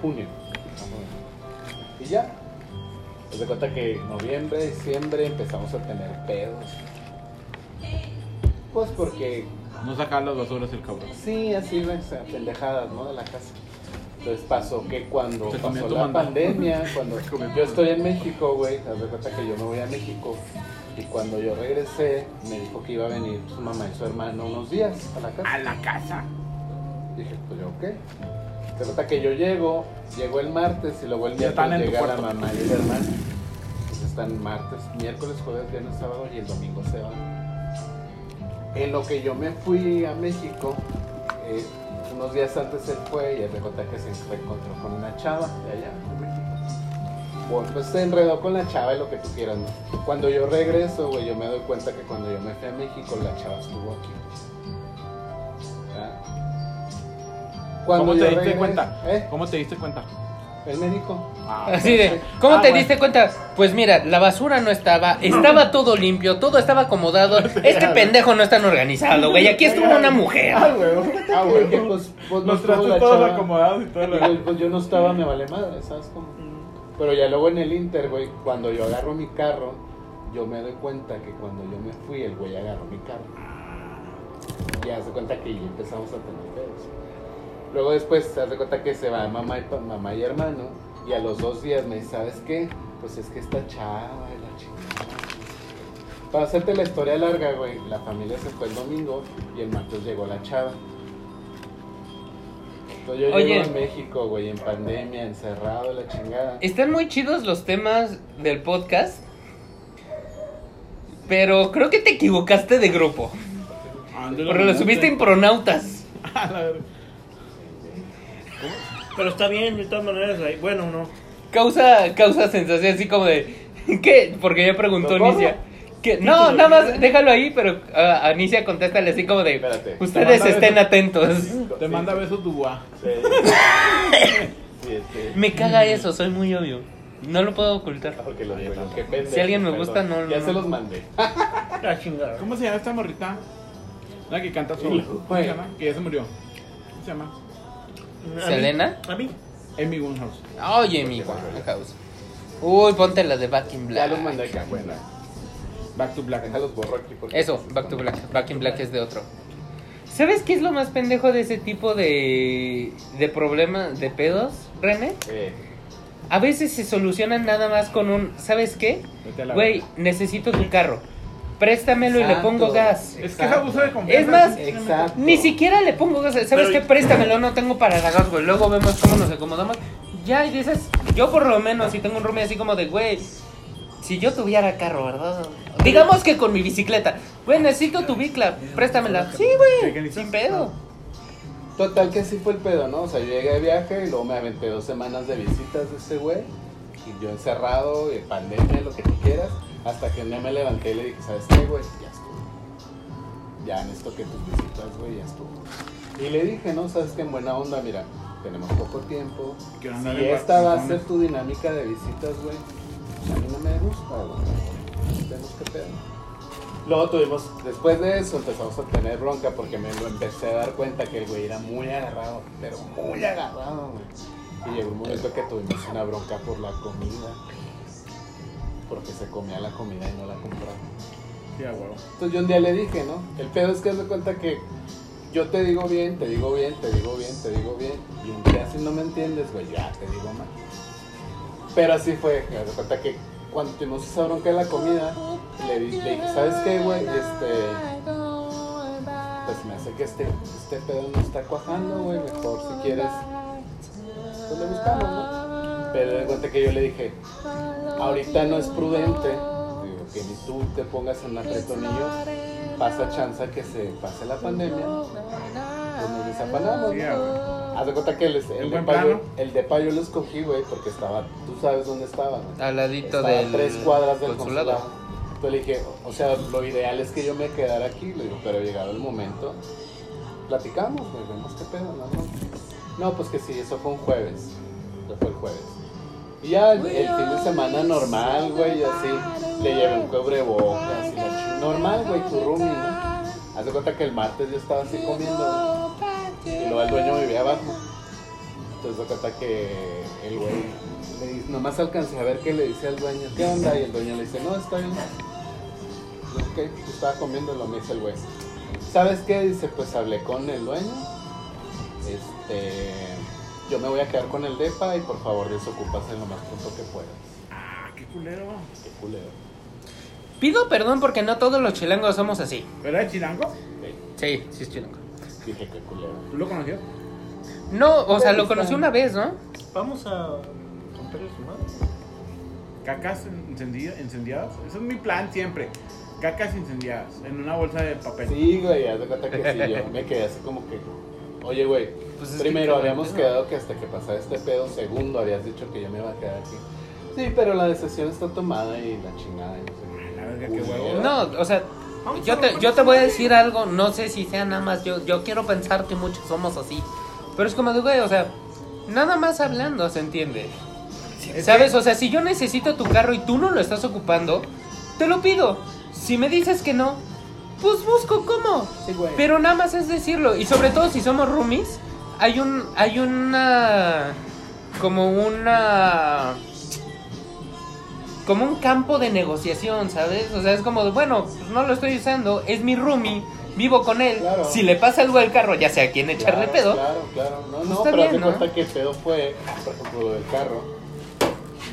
S2: junio. Y ya. Haz de cuenta que noviembre, diciembre empezamos a tener pedos. Pues porque
S4: No sacaban las basuras el cabrón.
S2: sí, así, güey, o sea, pendejadas, ¿no? De la casa. Entonces pasó que cuando
S4: Te comió
S2: pasó
S4: tu
S2: la
S4: mandado.
S2: pandemia, cuando
S4: comió tu
S2: yo estoy en México, güey, haz de cuenta que yo me voy a México. Y cuando yo regresé, me dijo que iba a venir su mamá y su hermano unos días a la casa.
S4: A la casa.
S2: Dije, pues yo qué. Se nota que yo llego, llego el martes y luego el
S4: Ya están
S2: miércoles
S4: en tu
S2: llega la
S4: cuarto.
S2: mamá y el hermano. Pues están martes, miércoles, jueves, viernes, sábado y el domingo se van. En lo que yo me fui a México, eh, unos días antes él fue y él me contó que se reencontró con una chava de allá, de México. Bueno, pues se enredó con la chava y lo que tú quieras, ¿no? Cuando yo regreso, güey, yo me doy cuenta que cuando yo me fui a México, la chava estuvo aquí. ¿Ah?
S4: ¿Cómo te
S2: yo
S4: diste
S2: regreso-
S4: cuenta?
S2: ¿Eh?
S4: ¿Cómo te diste cuenta?
S2: Él me dijo.
S1: Así de, ¿cómo
S2: Ah,
S1: te
S2: bueno.
S1: diste cuenta? Pues mira, la basura no estaba, estaba todo limpio, todo estaba acomodado. Este pendejo no es tan organizado, güey. Aquí estuvo una mujer.
S2: Ah, güey, que pues, pues no estuvo
S4: Los tratos
S2: la
S4: todos
S2: chava.
S4: acomodados y todo
S2: Y,
S4: lo Mm.
S2: güey, pues yo no estaba, me vale madre, ¿sabes cómo? Pero ya luego en el Inter, güey, cuando yo agarro mi carro, yo me doy cuenta que cuando yo me fui, el güey agarró mi carro. Y hace cuenta que ya empezamos a tener pedos. Luego después se hace cuenta que se va mamá y, pa- mamá y hermano. Y a los dos días me dice, ¿sabes qué? Pues es que esta chava de la chingada. Para hacerte la historia larga, güey, la familia se fue el domingo y el martes llegó la chava. Entonces yo
S1: Oye.
S2: llego a México, güey, en pandemia, encerrado, la chingada.
S1: Están muy chidos los temas del podcast. Pero creo que te equivocaste de grupo. Porque lo subiste en pronautas.
S3: Pero está bien, de todas maneras. ahí- Bueno, no.
S1: Causa, causa sensación así como de. ¿Qué? Porque ya preguntó
S6: ¿Cómo?
S1: Anicia. ¿Qué? No, nada más déjalo ahí, pero ah, Anicia contéstale así como de:
S6: Espérate.
S1: Ustedes
S4: Te manda
S1: estén
S4: besos.
S1: atentos.
S4: Te manda besos tu guá.
S6: Sí. Sí, sí.
S1: Me caga eso, soy muy obvio. No lo puedo ocultar.
S6: Ah, porque lo encuentro. Qué pendejo,
S1: Si alguien me
S6: perdón.
S1: gusta, no, no,
S6: Ya
S1: no.
S6: se los mandé.
S5: Ah, chingada.
S4: ¿Cómo se llama esta morrita? La que canta solo. ¿Cómo se llama? Que ya se murió. ¿Cómo se llama?
S5: ¿A mí?
S1: ¿Selena?
S5: ¿A mí?
S4: Amy Winehouse.
S1: Oye, mi House. Uy, ponte la de Back in
S2: Ya los mandé
S1: Black.
S2: acá, bueno.
S4: Back to Black.
S2: Déjalos borro aquí porque.
S1: Eso, Back to Black. Back in Black es de otro. ¿Sabes qué es lo más pendejo de ese tipo de, de problemas, de pedos, René?
S6: Eh,
S1: A veces se solucionan nada más con un, ¿sabes qué?
S4: Vete a la
S1: Güey, necesito tu carro. Préstamelo y le
S2: Exacto.
S1: pongo gas.
S4: Es que es abuso de confianza.
S1: Es más,
S2: Exacto.
S1: ni siquiera le pongo gas. ¿Sabes
S5: Pero-
S1: qué? Préstamelo, no tengo para la gas, güey. Luego vemos cómo nos acomodamos. Ya, y dices, yo por lo menos, si tengo un roomie así como de, güey, si yo tuviera carro, ¿verdad? Digamos que con mi bicicleta. Güey, necesito tu bicla, préstamela. Sí, güey, sin pedo.
S2: Total que así fue el pedo, ¿no? O sea, yo llegué de viaje y luego me aventé dos semanas de visitas de ese güey. Y yo encerrado, y pandemia, lo que tú quieras. Hasta que un día me levanté y le dije, ¿sabes qué, güey? Ya estuvo. Ya en esto que tus visitas, güey, ya estuvo. Y le dije, ¿no? ¿Sabes qué? En buena onda, mira, tenemos poco tiempo.
S4: Que no
S2: Si
S4: andale
S2: esta va a
S4: guapetón.
S2: ser tu dinámica de visitas, güey, a mí no me gusta, güey. Tenemos que pedo. Luego tuvimos, después de eso empezamos a tener bronca porque me lo empecé a dar cuenta que el güey era muy agarrado, pero muy agarrado, güey. Y llegó un momento que tuvimos una bronca por la comida, porque se comía la comida y no la compraba.
S4: Sí, a huevo.
S2: Entonces yo un día le dije, ¿no? El pedo es que haz de cuenta que yo te digo bien, te digo bien, te digo bien, te digo bien. Y un día si no me entiendes, güey, ya te digo mal. Pero así fue, haz de cuenta que cuando tuvimos esa bronca de la comida, le, di- le dije, ¿sabes qué, güey? Este, pues me hace que este, este pedo no está cuajando, güey. Mejor si quieres, pues le buscamos, ¿no? Pero de cuenta que yo le dije, ahorita no es prudente digo, que ni tú te pongas en un apretón ni yo. Pasa chance que se pase la pandemia, pues nos desapanamos,
S4: Sí,
S2: ¿no?
S4: a huevo.
S2: Haz de cuenta que el, el,
S4: Un
S2: de
S4: buen
S2: payo,
S4: plano.
S2: el de payo lo escogí, güey, porque estaba, tú sabes dónde estaba, ¿no?
S1: Al ladito
S2: Estaba
S1: de
S2: a tres cuadras del consulado. Entonces le dije, o sea, lo ideal es que yo me quedara aquí, le digo, pero llegado el momento, platicamos, güey, vemos qué pedo, ¿no? No, No, pues que sí, eso fue un jueves, eso fue el jueves. Y ya el, el fin de semana normal, güey, así, le llevé un cubrebocas, y la chi- normal, güey, tu roomie, ¿no? Haz de cuenta que el martes yo estaba así comiendo, güey, y luego el dueño vivía abajo. Entonces haz de cuenta que el güey le dice, nomás alcancé a ver qué le dice al dueño, ¿qué onda? Y el dueño le dice, no, está bien. Yo, Ok, pues estaba comiendo lo me dice el güey. ¿Sabes qué? Dice, pues hablé con el dueño. Este, yo me voy a quedar con el depa y por favor desocúpase lo más pronto que puedas.
S4: Ah, qué culero.
S2: Qué culero.
S1: Pido perdón porque no todos los chilangos somos así.
S4: ¿Pero era chilango?
S1: Sí, sí es chilango.
S2: Dije, qué culero.
S4: ¿Tú lo conocías?
S1: No, o sea, lo conocí una vez, ¿no?
S5: Vamos a romper su madre.
S4: Cacas encendidas, incendiadas. Ese es mi plan siempre. Cacas incendiadas en una bolsa de papel.
S2: Sí, güey, haz de cuenta que sí, yo me quedé así como que, oye, güey,
S1: Pues es que
S2: primero
S1: qué
S2: habíamos
S1: bueno.
S2: quedado que hasta que pasara este pedo, segundo habías dicho que yo me iba a quedar aquí. Sí, pero la decisión está tomada y la chingada. y no sé
S4: La verga, qué huevo.
S2: Culero.
S1: No, o sea, yo te, yo te voy a decir algo, no sé si sea nada más, yo, yo quiero pensar que muchos somos así. Pero es como de, güey, o sea, nada más hablando, ¿se entiende?
S4: Es
S1: ¿Sabes? O sea, si yo necesito tu carro y tú no lo estás ocupando, te lo pido. Si me dices que no, pues busco cómo.
S2: Sí, güey.
S1: Pero nada más es decirlo. Y sobre todo si somos roomies, hay un. hay una. como una. como un campo de negociación, ¿sabes? O sea, es como, de, bueno, pues no lo estoy usando, es mi roomie, vivo con él.
S2: Claro.
S1: Si le pasa algo al carro, ya sea a quién echarle
S2: claro,
S1: pedo. Pues
S2: Claro, claro. No, no,
S1: Está
S2: pero
S1: bien,
S2: haz de
S1: ¿no?
S2: cuenta que el pedo fue, por ejemplo, lo del carro.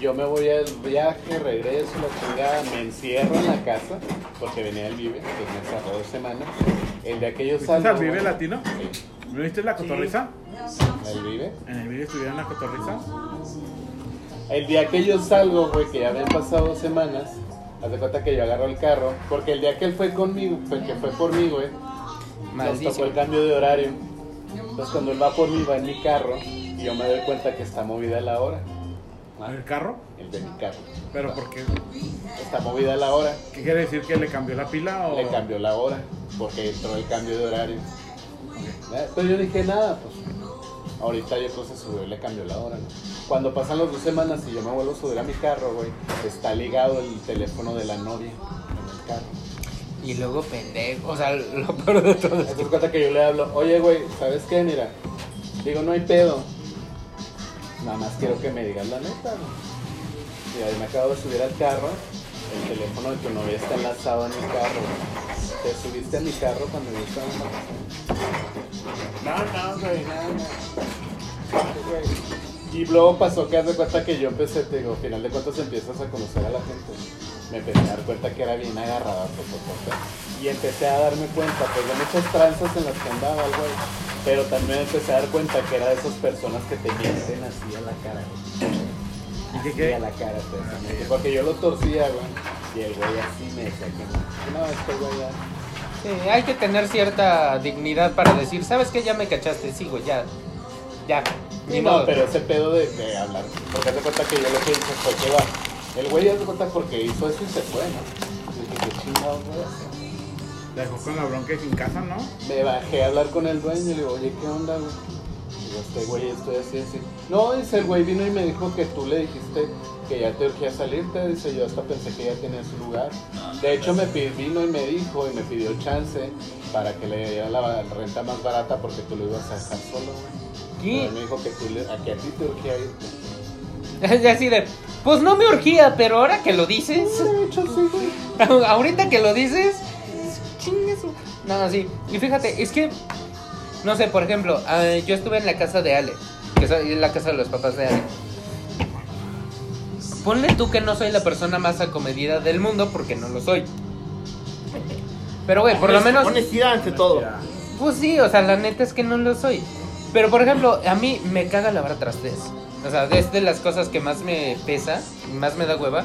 S2: Yo me voy al viaje, regreso, la chingada, me encierro en la casa, porque venía el Vive, que me encerró dos semanas. El de aquellos
S1: Pues
S4: ¿Viste
S2: salgo,
S4: al Pues Vive
S2: güey,
S4: Latino? ¿No viste la cotorriza?
S2: el Vive.
S4: En el Vive estuvieron la cotorriza.
S2: El día que yo salgo, güey, que ya habían pasado dos semanas, haz de cuenta que yo agarro el carro, porque el día que él fue conmigo, fue que fue por mí, güey, nos tocó
S1: Maldición.
S2: el cambio de horario. Entonces cuando él va por mí, va en mi carro, y yo me doy cuenta que está movida la hora.
S4: el carro,
S2: El de mi carro.
S4: pero porque
S2: Está movida la hora.
S4: ¿qué quiere decir que le cambió la pila o
S2: Le cambió la hora porque entró el cambio de horario. Eh, Pero yo dije nada, pues. Ahorita yo creo que se subió y le cambió la hora, ¿no? Cuando pasan las dos semanas y yo me vuelvo a subir a mi carro, güey, está ligado el teléfono de la novia en el carro.
S1: Y luego pendejo. O sea, lo peor de todo es
S2: Haz de cuenta que yo le hablo, oye, güey, ¿sabes qué? Mira, digo, no hay pedo. Nada más quiero que me digas la neta, güey. Mira, yo me acabo de subir al carro, el teléfono de tu novia está enlazado a mi carro, güey. Te subiste a mi carro cuando yo estaba en la casa? No, no, güey, no, no. Güey. Y luego pasó que haz de cuenta que yo empecé, te digo, al final de cuentas empiezas a conocer a la gente. Me empecé a dar cuenta que era bien agarrada Y empecé a darme cuenta, pues de muchas tranzas en las que andaba, güey. Pero también empecé a dar cuenta que era de esas personas que te mienten así a la cara, güey.
S4: ¿Y qué,
S2: Así
S4: qué?
S2: a la cara, pues, también. Porque yo lo torcía, güey. Y el güey así me decía que no, este güey ya...
S1: Sí, eh, hay que tener cierta dignidad para decir, ¿sabes qué? Ya me cachaste, sigo, ya. Ya. Ni
S2: Sí, no,
S1: modo.
S2: pero ese pedo de, de hablar. Porque haz de cuenta que yo lo que hice fue que va. El güey haz de cuenta porque hizo eso y se fue, ¿no? Y dije, "¿Qué chingados voy a hacer?".
S4: Dejó con la bronca y sin casa, ¿no?
S2: Me bajé a hablar con el dueño y le digo, oye, ¿qué onda, güey? Y yo, este güey, estoy así, así. No, dice, el güey vino y me dijo que tú le dijiste que ya te urgía salirte. Dice, yo hasta pensé que ya tenía su lugar. De hecho, me pi- vino y me dijo y me pidió chance para que le diera la renta más barata porque tú lo ibas a dejar solo, güey.
S1: ¿Qué?
S2: Pero Me dijo que, tú le, a que a ti te urgía irte.
S1: Ya así de, pues no me urgía, pero ahora que lo dices,
S2: De hecho, sí, güey.
S1: ahorita que lo dices, chingas. No, no, sí. Y fíjate, es que, no sé, por ejemplo, ah, yo estuve en la casa de Ale, que es es la casa de los papás de Ale. Ponle tú que no soy la persona más acomedida del mundo, porque no lo soy. Pero, güey, por lo menos...
S5: Honestidad ante todo.
S4: Ya.
S1: Pues sí, o sea, la neta es que no lo soy. Pero por ejemplo, a mí me caga lavar trastes. O sea, es de las cosas que más me pesa, más me da hueva.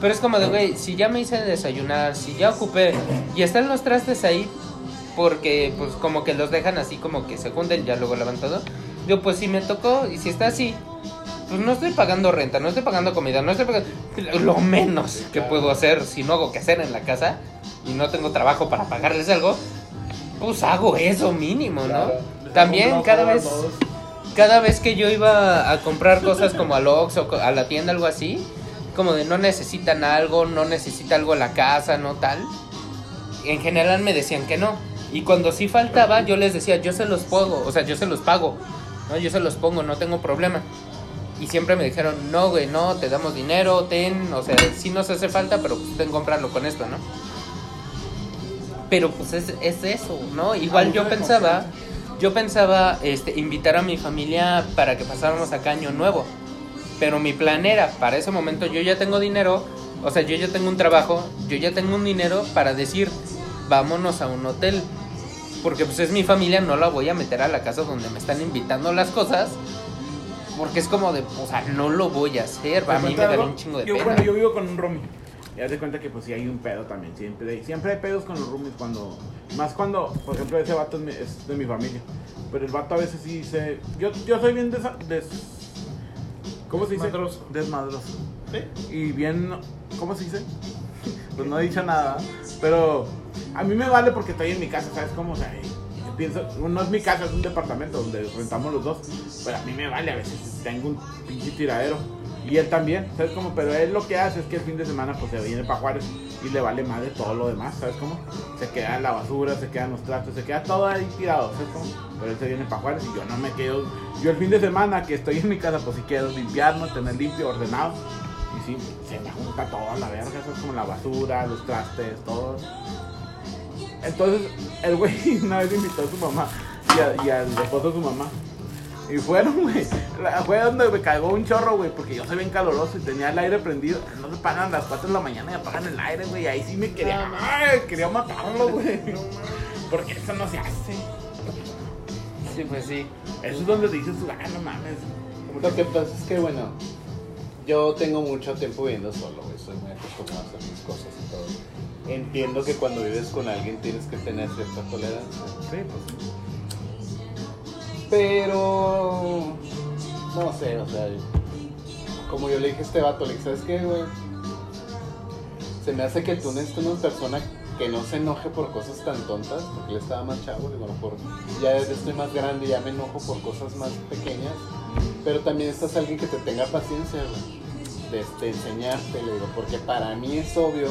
S1: Pero es como de, güey, si ya me hice desayunar, si ya ocupé y están los trastes ahí, porque pues como que los dejan así como que se junten, ya luego lavan todo. Digo, pues si me tocó y si está así, pues no estoy pagando renta, no estoy pagando comida, no estoy pagando... Lo menos que puedo hacer si no hago que hacer en la casa y no tengo trabajo para pagarles algo, pues hago eso mínimo, ¿no?
S2: Claro.
S1: También cada vez, cada vez que yo iba a comprar cosas como al Oxxo, co- a la tienda, algo así, como de no necesitan algo, no necesita algo la casa, no tal, en general me decían que no. Y cuando sí faltaba, yo les decía, yo se los pago, o sea, yo se los pago, ¿no? Yo se los pongo, no tengo problema. Y siempre me dijeron, no, güey, no, te damos dinero, ten, o sea, sí nos hace falta, pero pues, ten comprarlo con esto, ¿no? Pero pues es, es eso, ¿no? Igual yo pensaba, yo pensaba este, invitar a mi familia para que pasáramos acá Año Nuevo. Pero mi plan era, para ese momento yo ya tengo dinero, o sea, yo ya tengo un trabajo, yo ya tengo un dinero para decir, vámonos a un hotel. Porque pues es mi familia, no la voy a meter a la casa donde me están invitando las cosas. Porque es como de, o sea, no lo voy a hacer, a
S4: ¿Te
S1: mí me
S4: cuento
S1: da
S4: algo?
S1: un chingo de
S4: yo,
S1: pena.
S4: Bueno, yo vivo con un roomie. Ya te cuenta que pues sí hay un pedo también, siempre hay, siempre hay pedos con los roomies cuando... Más cuando, por ejemplo, ese vato es, mi- es de mi familia. Pero el vato a veces sí dice... Yo, yo soy bien desa- des... ¿Cómo se dice?
S5: Desmadroso.
S4: Desmadroso. Y bien... ¿Cómo se dice? Pues no he dicho nada, pero a mí me vale porque estoy en mi casa, ¿sabes cómo? O sea, yo pienso, no es mi casa, es un departamento donde rentamos los dos, pero a mí me vale, a veces tengo un pinche tiradero. Y él también, ¿sabes cómo? Pero él lo que hace es que el fin de semana pues se viene para Juárez y le vale más de todo lo demás, ¿sabes cómo? Se queda la basura, se quedan los trastos, se queda todo ahí tirado, ¿sabes cómo? Pero él se viene para Juárez y yo no me quedo. Yo el fin de semana que estoy en mi casa pues sí quiero limpiarme, tener limpio, ordenado. Y sí, se me junta toda la verga, eso es como la basura, los trastes, todo. Entonces, el güey una vez invitó a su mamá y, a- y al esposo de su mamá. Y fueron, güey. La- Fue donde me cagó un chorro, güey, porque yo soy bien caloroso y tenía el aire prendido. No se pagan las 4 de la mañana y apagan el aire, güey. Ahí sí me quería, ay, quería matarlo, güey. Porque eso no se hace.
S1: Sí, pues sí.
S4: Eso es donde dices, ah, no mames.
S2: Lo que pasa es que, bueno, yo tengo mucho tiempo viviendo solo, güey. Soy muy acostumbrado a hacer mis cosas y todo. Entiendo que cuando vives con alguien tienes que tener cierta tolerancia.
S4: Sí, pues.
S2: Pero. No sé, o sea. como yo le dije a este vato, le dije, ¿sabes qué, güey? Se me hace que tú necesitas una persona que no se enoje por cosas tan tontas, porque él estaba más chavo, digo, a lo mejor ya estoy más grande, ya me enojo por cosas más pequeñas, pero también estás alguien que te tenga paciencia, güey, de, de enseñarte, le digo, porque para mí es obvio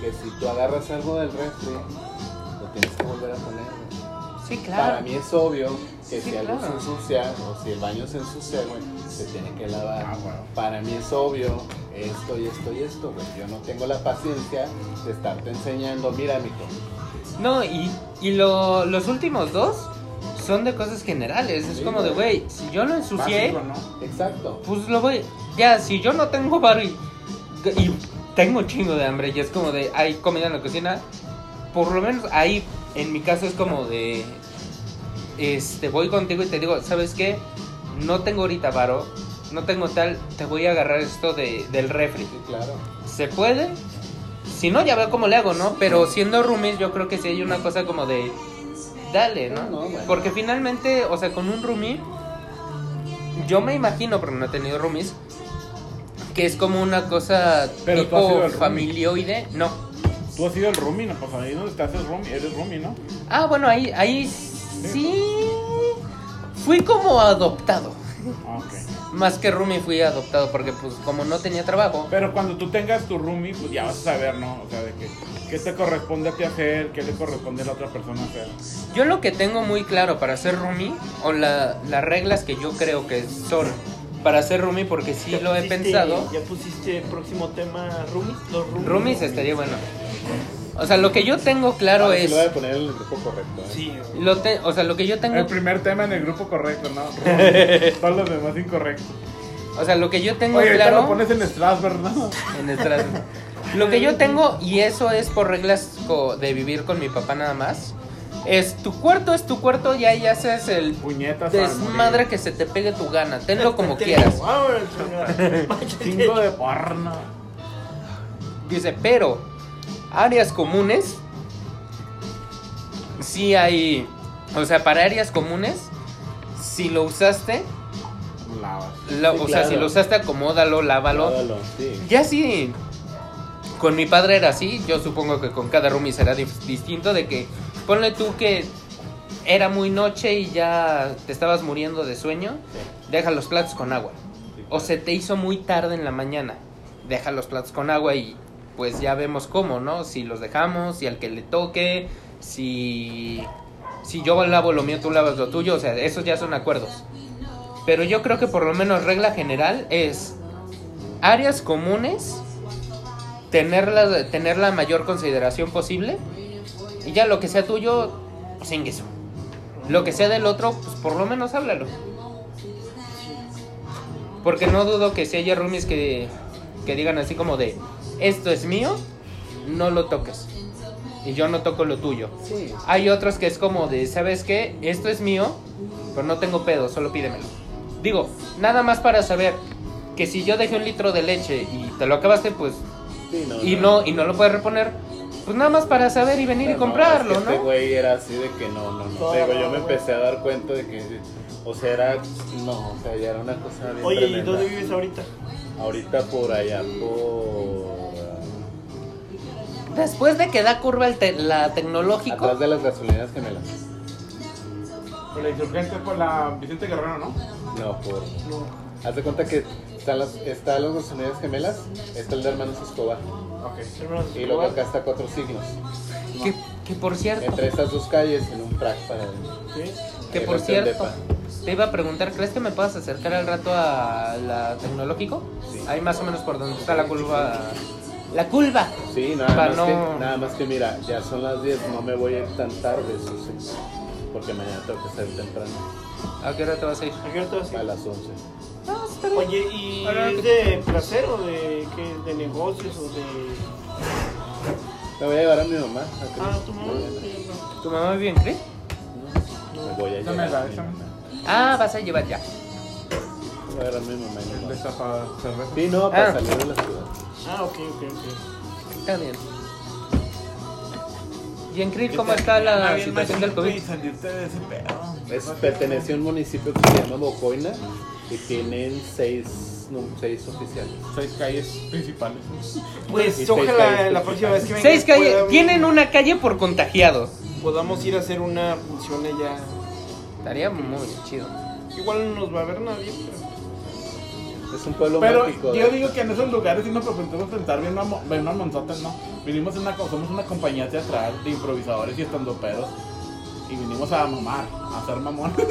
S2: que si tú agarras algo del refri, lo tienes que volver a poner, güey.
S1: Sí,
S2: Para mí es obvio que
S1: Sí,
S2: si algo
S1: claro.
S2: se ensucia o si el baño se ensucia, güey, se tiene que lavar.
S4: Ah, bueno.
S2: Para mí es obvio esto y esto y esto, güey. Yo no tengo la paciencia de estarte enseñando, mira, mijo.
S1: No, y, y lo- los últimos dos son de cosas generales. Es
S2: Sí,
S1: como de,
S2: güey.
S1: güey, si yo lo ensucié,
S4: Básico, ¿no?
S2: Exacto.
S1: pues lo voy. Ya, si yo no tengo varo y, y tengo un chingo de hambre y es como de, hay comida en la cocina, por lo menos ahí, en mi caso, es como de, este, voy contigo y te digo, ¿sabes qué? No tengo ahorita varo, no tengo tal, te voy a agarrar esto de, del refri.
S2: Sí, claro.
S1: ¿Se puede? Si no, ya veo cómo le hago, ¿no? Pero siendo roomies, yo creo que sí hay una cosa como de. Dale, ¿no?
S2: No, no, bueno.
S1: Porque finalmente, o sea, con un roomie. Yo me imagino, porque no he tenido roomies. Que es como una cosa
S4: Pero tú has sido
S1: tipo
S4: el roomie.
S1: familioide. No.
S4: Tú has sido el roomie, ¿no? Pues ahí donde estás es roomie, eres roomie, ¿no?
S1: Ah, bueno, ahí, ahí sí. Fui como adoptado.
S4: Ah, ok.
S1: Más que roomie fui adoptado, porque pues como no tenía trabajo.
S4: Pero cuando tú tengas tu roomie, pues ya vas a saber, ¿no? O sea, de que, qué te corresponde a ti hacer, qué le corresponde a la otra persona hacer.
S1: Yo lo que tengo muy claro para ser roomie, o la- las reglas que yo creo que son para ser roomie, porque sí lo he pensado,
S5: Ya pusiste próximo tema, Rumis. Los Rumis.
S1: roomies estaría bueno. O sea, lo que yo tengo claro
S2: Ahora sí
S1: es...
S2: lo voy a poner en el grupo correcto. ¿eh?
S5: Sí,
S1: Lo te- o sea, lo que yo tengo...
S4: El primer tema en el grupo correcto, ¿no? Roomie. Todos los demás incorrectos.
S1: O sea, lo que yo tengo
S4: Oye, ahorita
S1: claro...
S4: lo pones en Strasbourg, ¿no?
S1: en el trato. Lo que yo tengo, y eso es por reglas co- de vivir con mi papá nada más, es tu cuarto es tu cuarto y ahí haces el
S4: Puñetas. al morir.
S1: desmadre que se te pegue tu gana. Tenlo como quieras.
S4: Chingo de porno.
S1: Dice, pero áreas comunes, sí hay, o sea, para áreas comunes, si lo usaste,
S4: Lavas.
S1: la-
S6: Sí,
S1: o sea,
S6: claro.
S1: si lo usaste, acomódalo, lávalo.
S6: Lávalo, sí.
S1: Ya sí, con mi padre era así, yo supongo que con cada roomie será dif- distinto, de que ponle tú que era muy noche y ya te estabas muriendo de sueño, deja los platos con agua. O se te hizo muy tarde en la mañana. Deja los platos con agua y pues ya vemos cómo, ¿no? Si los dejamos, si al que le toque, si si yo lavo lo mío, tú lavas lo tuyo, o sea, esos ya son acuerdos. Pero yo creo que por lo menos regla general es áreas comunes tenerla tener la mayor consideración posible y ya lo que sea tuyo, pues eso. Lo que sea del otro, pues por lo menos háblalo. Porque no dudo que si haya roomies que, que digan así como de, esto es mío, no lo toques. Y yo no toco lo tuyo.
S2: Sí.
S1: Hay otros que es como de, ¿sabes qué? Esto es mío, pero no tengo pedo, solo pídemelo. Digo, nada más para saber que si yo dejé un litro de leche y te lo acabaste, pues,
S2: Sí,
S1: y no, y no lo puedes reponer, pues nada más para saber y venir y
S2: Pero no,
S1: comprarlo,
S2: es que
S1: ¿no?
S2: Este güey era así de que no, no, no.
S5: No,
S2: Digo,
S5: no,
S2: yo me
S5: güey.
S2: empecé a dar cuenta de que, o sea, era, no, o sea, ya era una cosa bien
S5: Oye, ¿y
S2: tremenda.
S5: dónde vives ahorita?
S2: Ahorita por allá, por...
S1: Después de que da curva el te- la tecnológico,
S2: Atrás de las gasolineras que me las...
S4: Por la insurgente, por la Vicente Guerrero, ¿no?
S2: No, por... Haz de cuenta que están las, están las gasolineras gemelas, está el de Hermanos Escobar,
S4: Ok.
S2: y luego acá está Cuatro Signos.
S1: que, que por cierto,
S2: Entre esas dos calles, en un frac para adentro.
S1: que
S2: Ahí
S1: por
S2: está el
S1: cierto,
S2: depa.
S1: te iba a preguntar, ¿crees que me puedas acercar al rato a la tecnológico? Ahí más o menos por donde está la curva. La curva.
S2: Sí, nada
S1: Pa'
S2: más,
S1: no-
S2: que, nada más que mira, ya son las 10, no me voy a ir tan tarde, eso sí. Porque mañana tengo que salir temprano,
S1: ¿A qué hora te vas a ir?
S5: ¿A qué hora te vas a ir?
S2: a las 11.
S1: No, está bien.
S5: Oye, ¿y
S1: Ahora,
S5: es de placer o de, qué, de negocios o de...?
S2: Me voy a llevar a mi mamá. a que-
S5: Ah, tu mamá.
S1: ¿Tu mamá vive en Cree?
S2: Me voy a llevar.
S4: Dame
S2: a
S4: la,
S2: mi-
S4: échame.
S1: Ah, vas a llevar ya.
S2: Voy a llevar a mi mamá y mi mamá.
S4: Destapa cerveza.
S2: Sí, no, para
S1: Ah.
S2: salir de la ciudad.
S5: Ah, ok, ok, ok.
S1: Está bien. Y en Krill, ¿cómo está
S4: Ah,
S1: la situación del COVID?
S7: Y salirte de ese pedo.
S6: Es, perteneció a un municipio que se llama Bocoina y tienen seis, no, seis oficiales.
S4: Seis calles principales.
S6: Y
S3: Pues
S6: seis
S3: ojalá
S6: calles,
S3: la
S6: pues,
S3: próxima vez que venga
S1: Seis calles.
S3: podamos-
S1: Tienen una calle por contagiado.
S3: podamos ir a hacer una función allá.
S1: Estaría muy chido.
S3: Igual no nos va a ver nadie, pero
S6: Es un pueblo
S4: Pero
S6: mágico.
S4: yo
S6: ¿eh?
S4: digo que en esos lugares sí nos propusimos enfrentar bien una, mo- bien una monzota, ¿no? Vinimos en una, co- somos una compañía teatral de improvisadores y estandoperos. Y vinimos a mamar, a hacer mamón.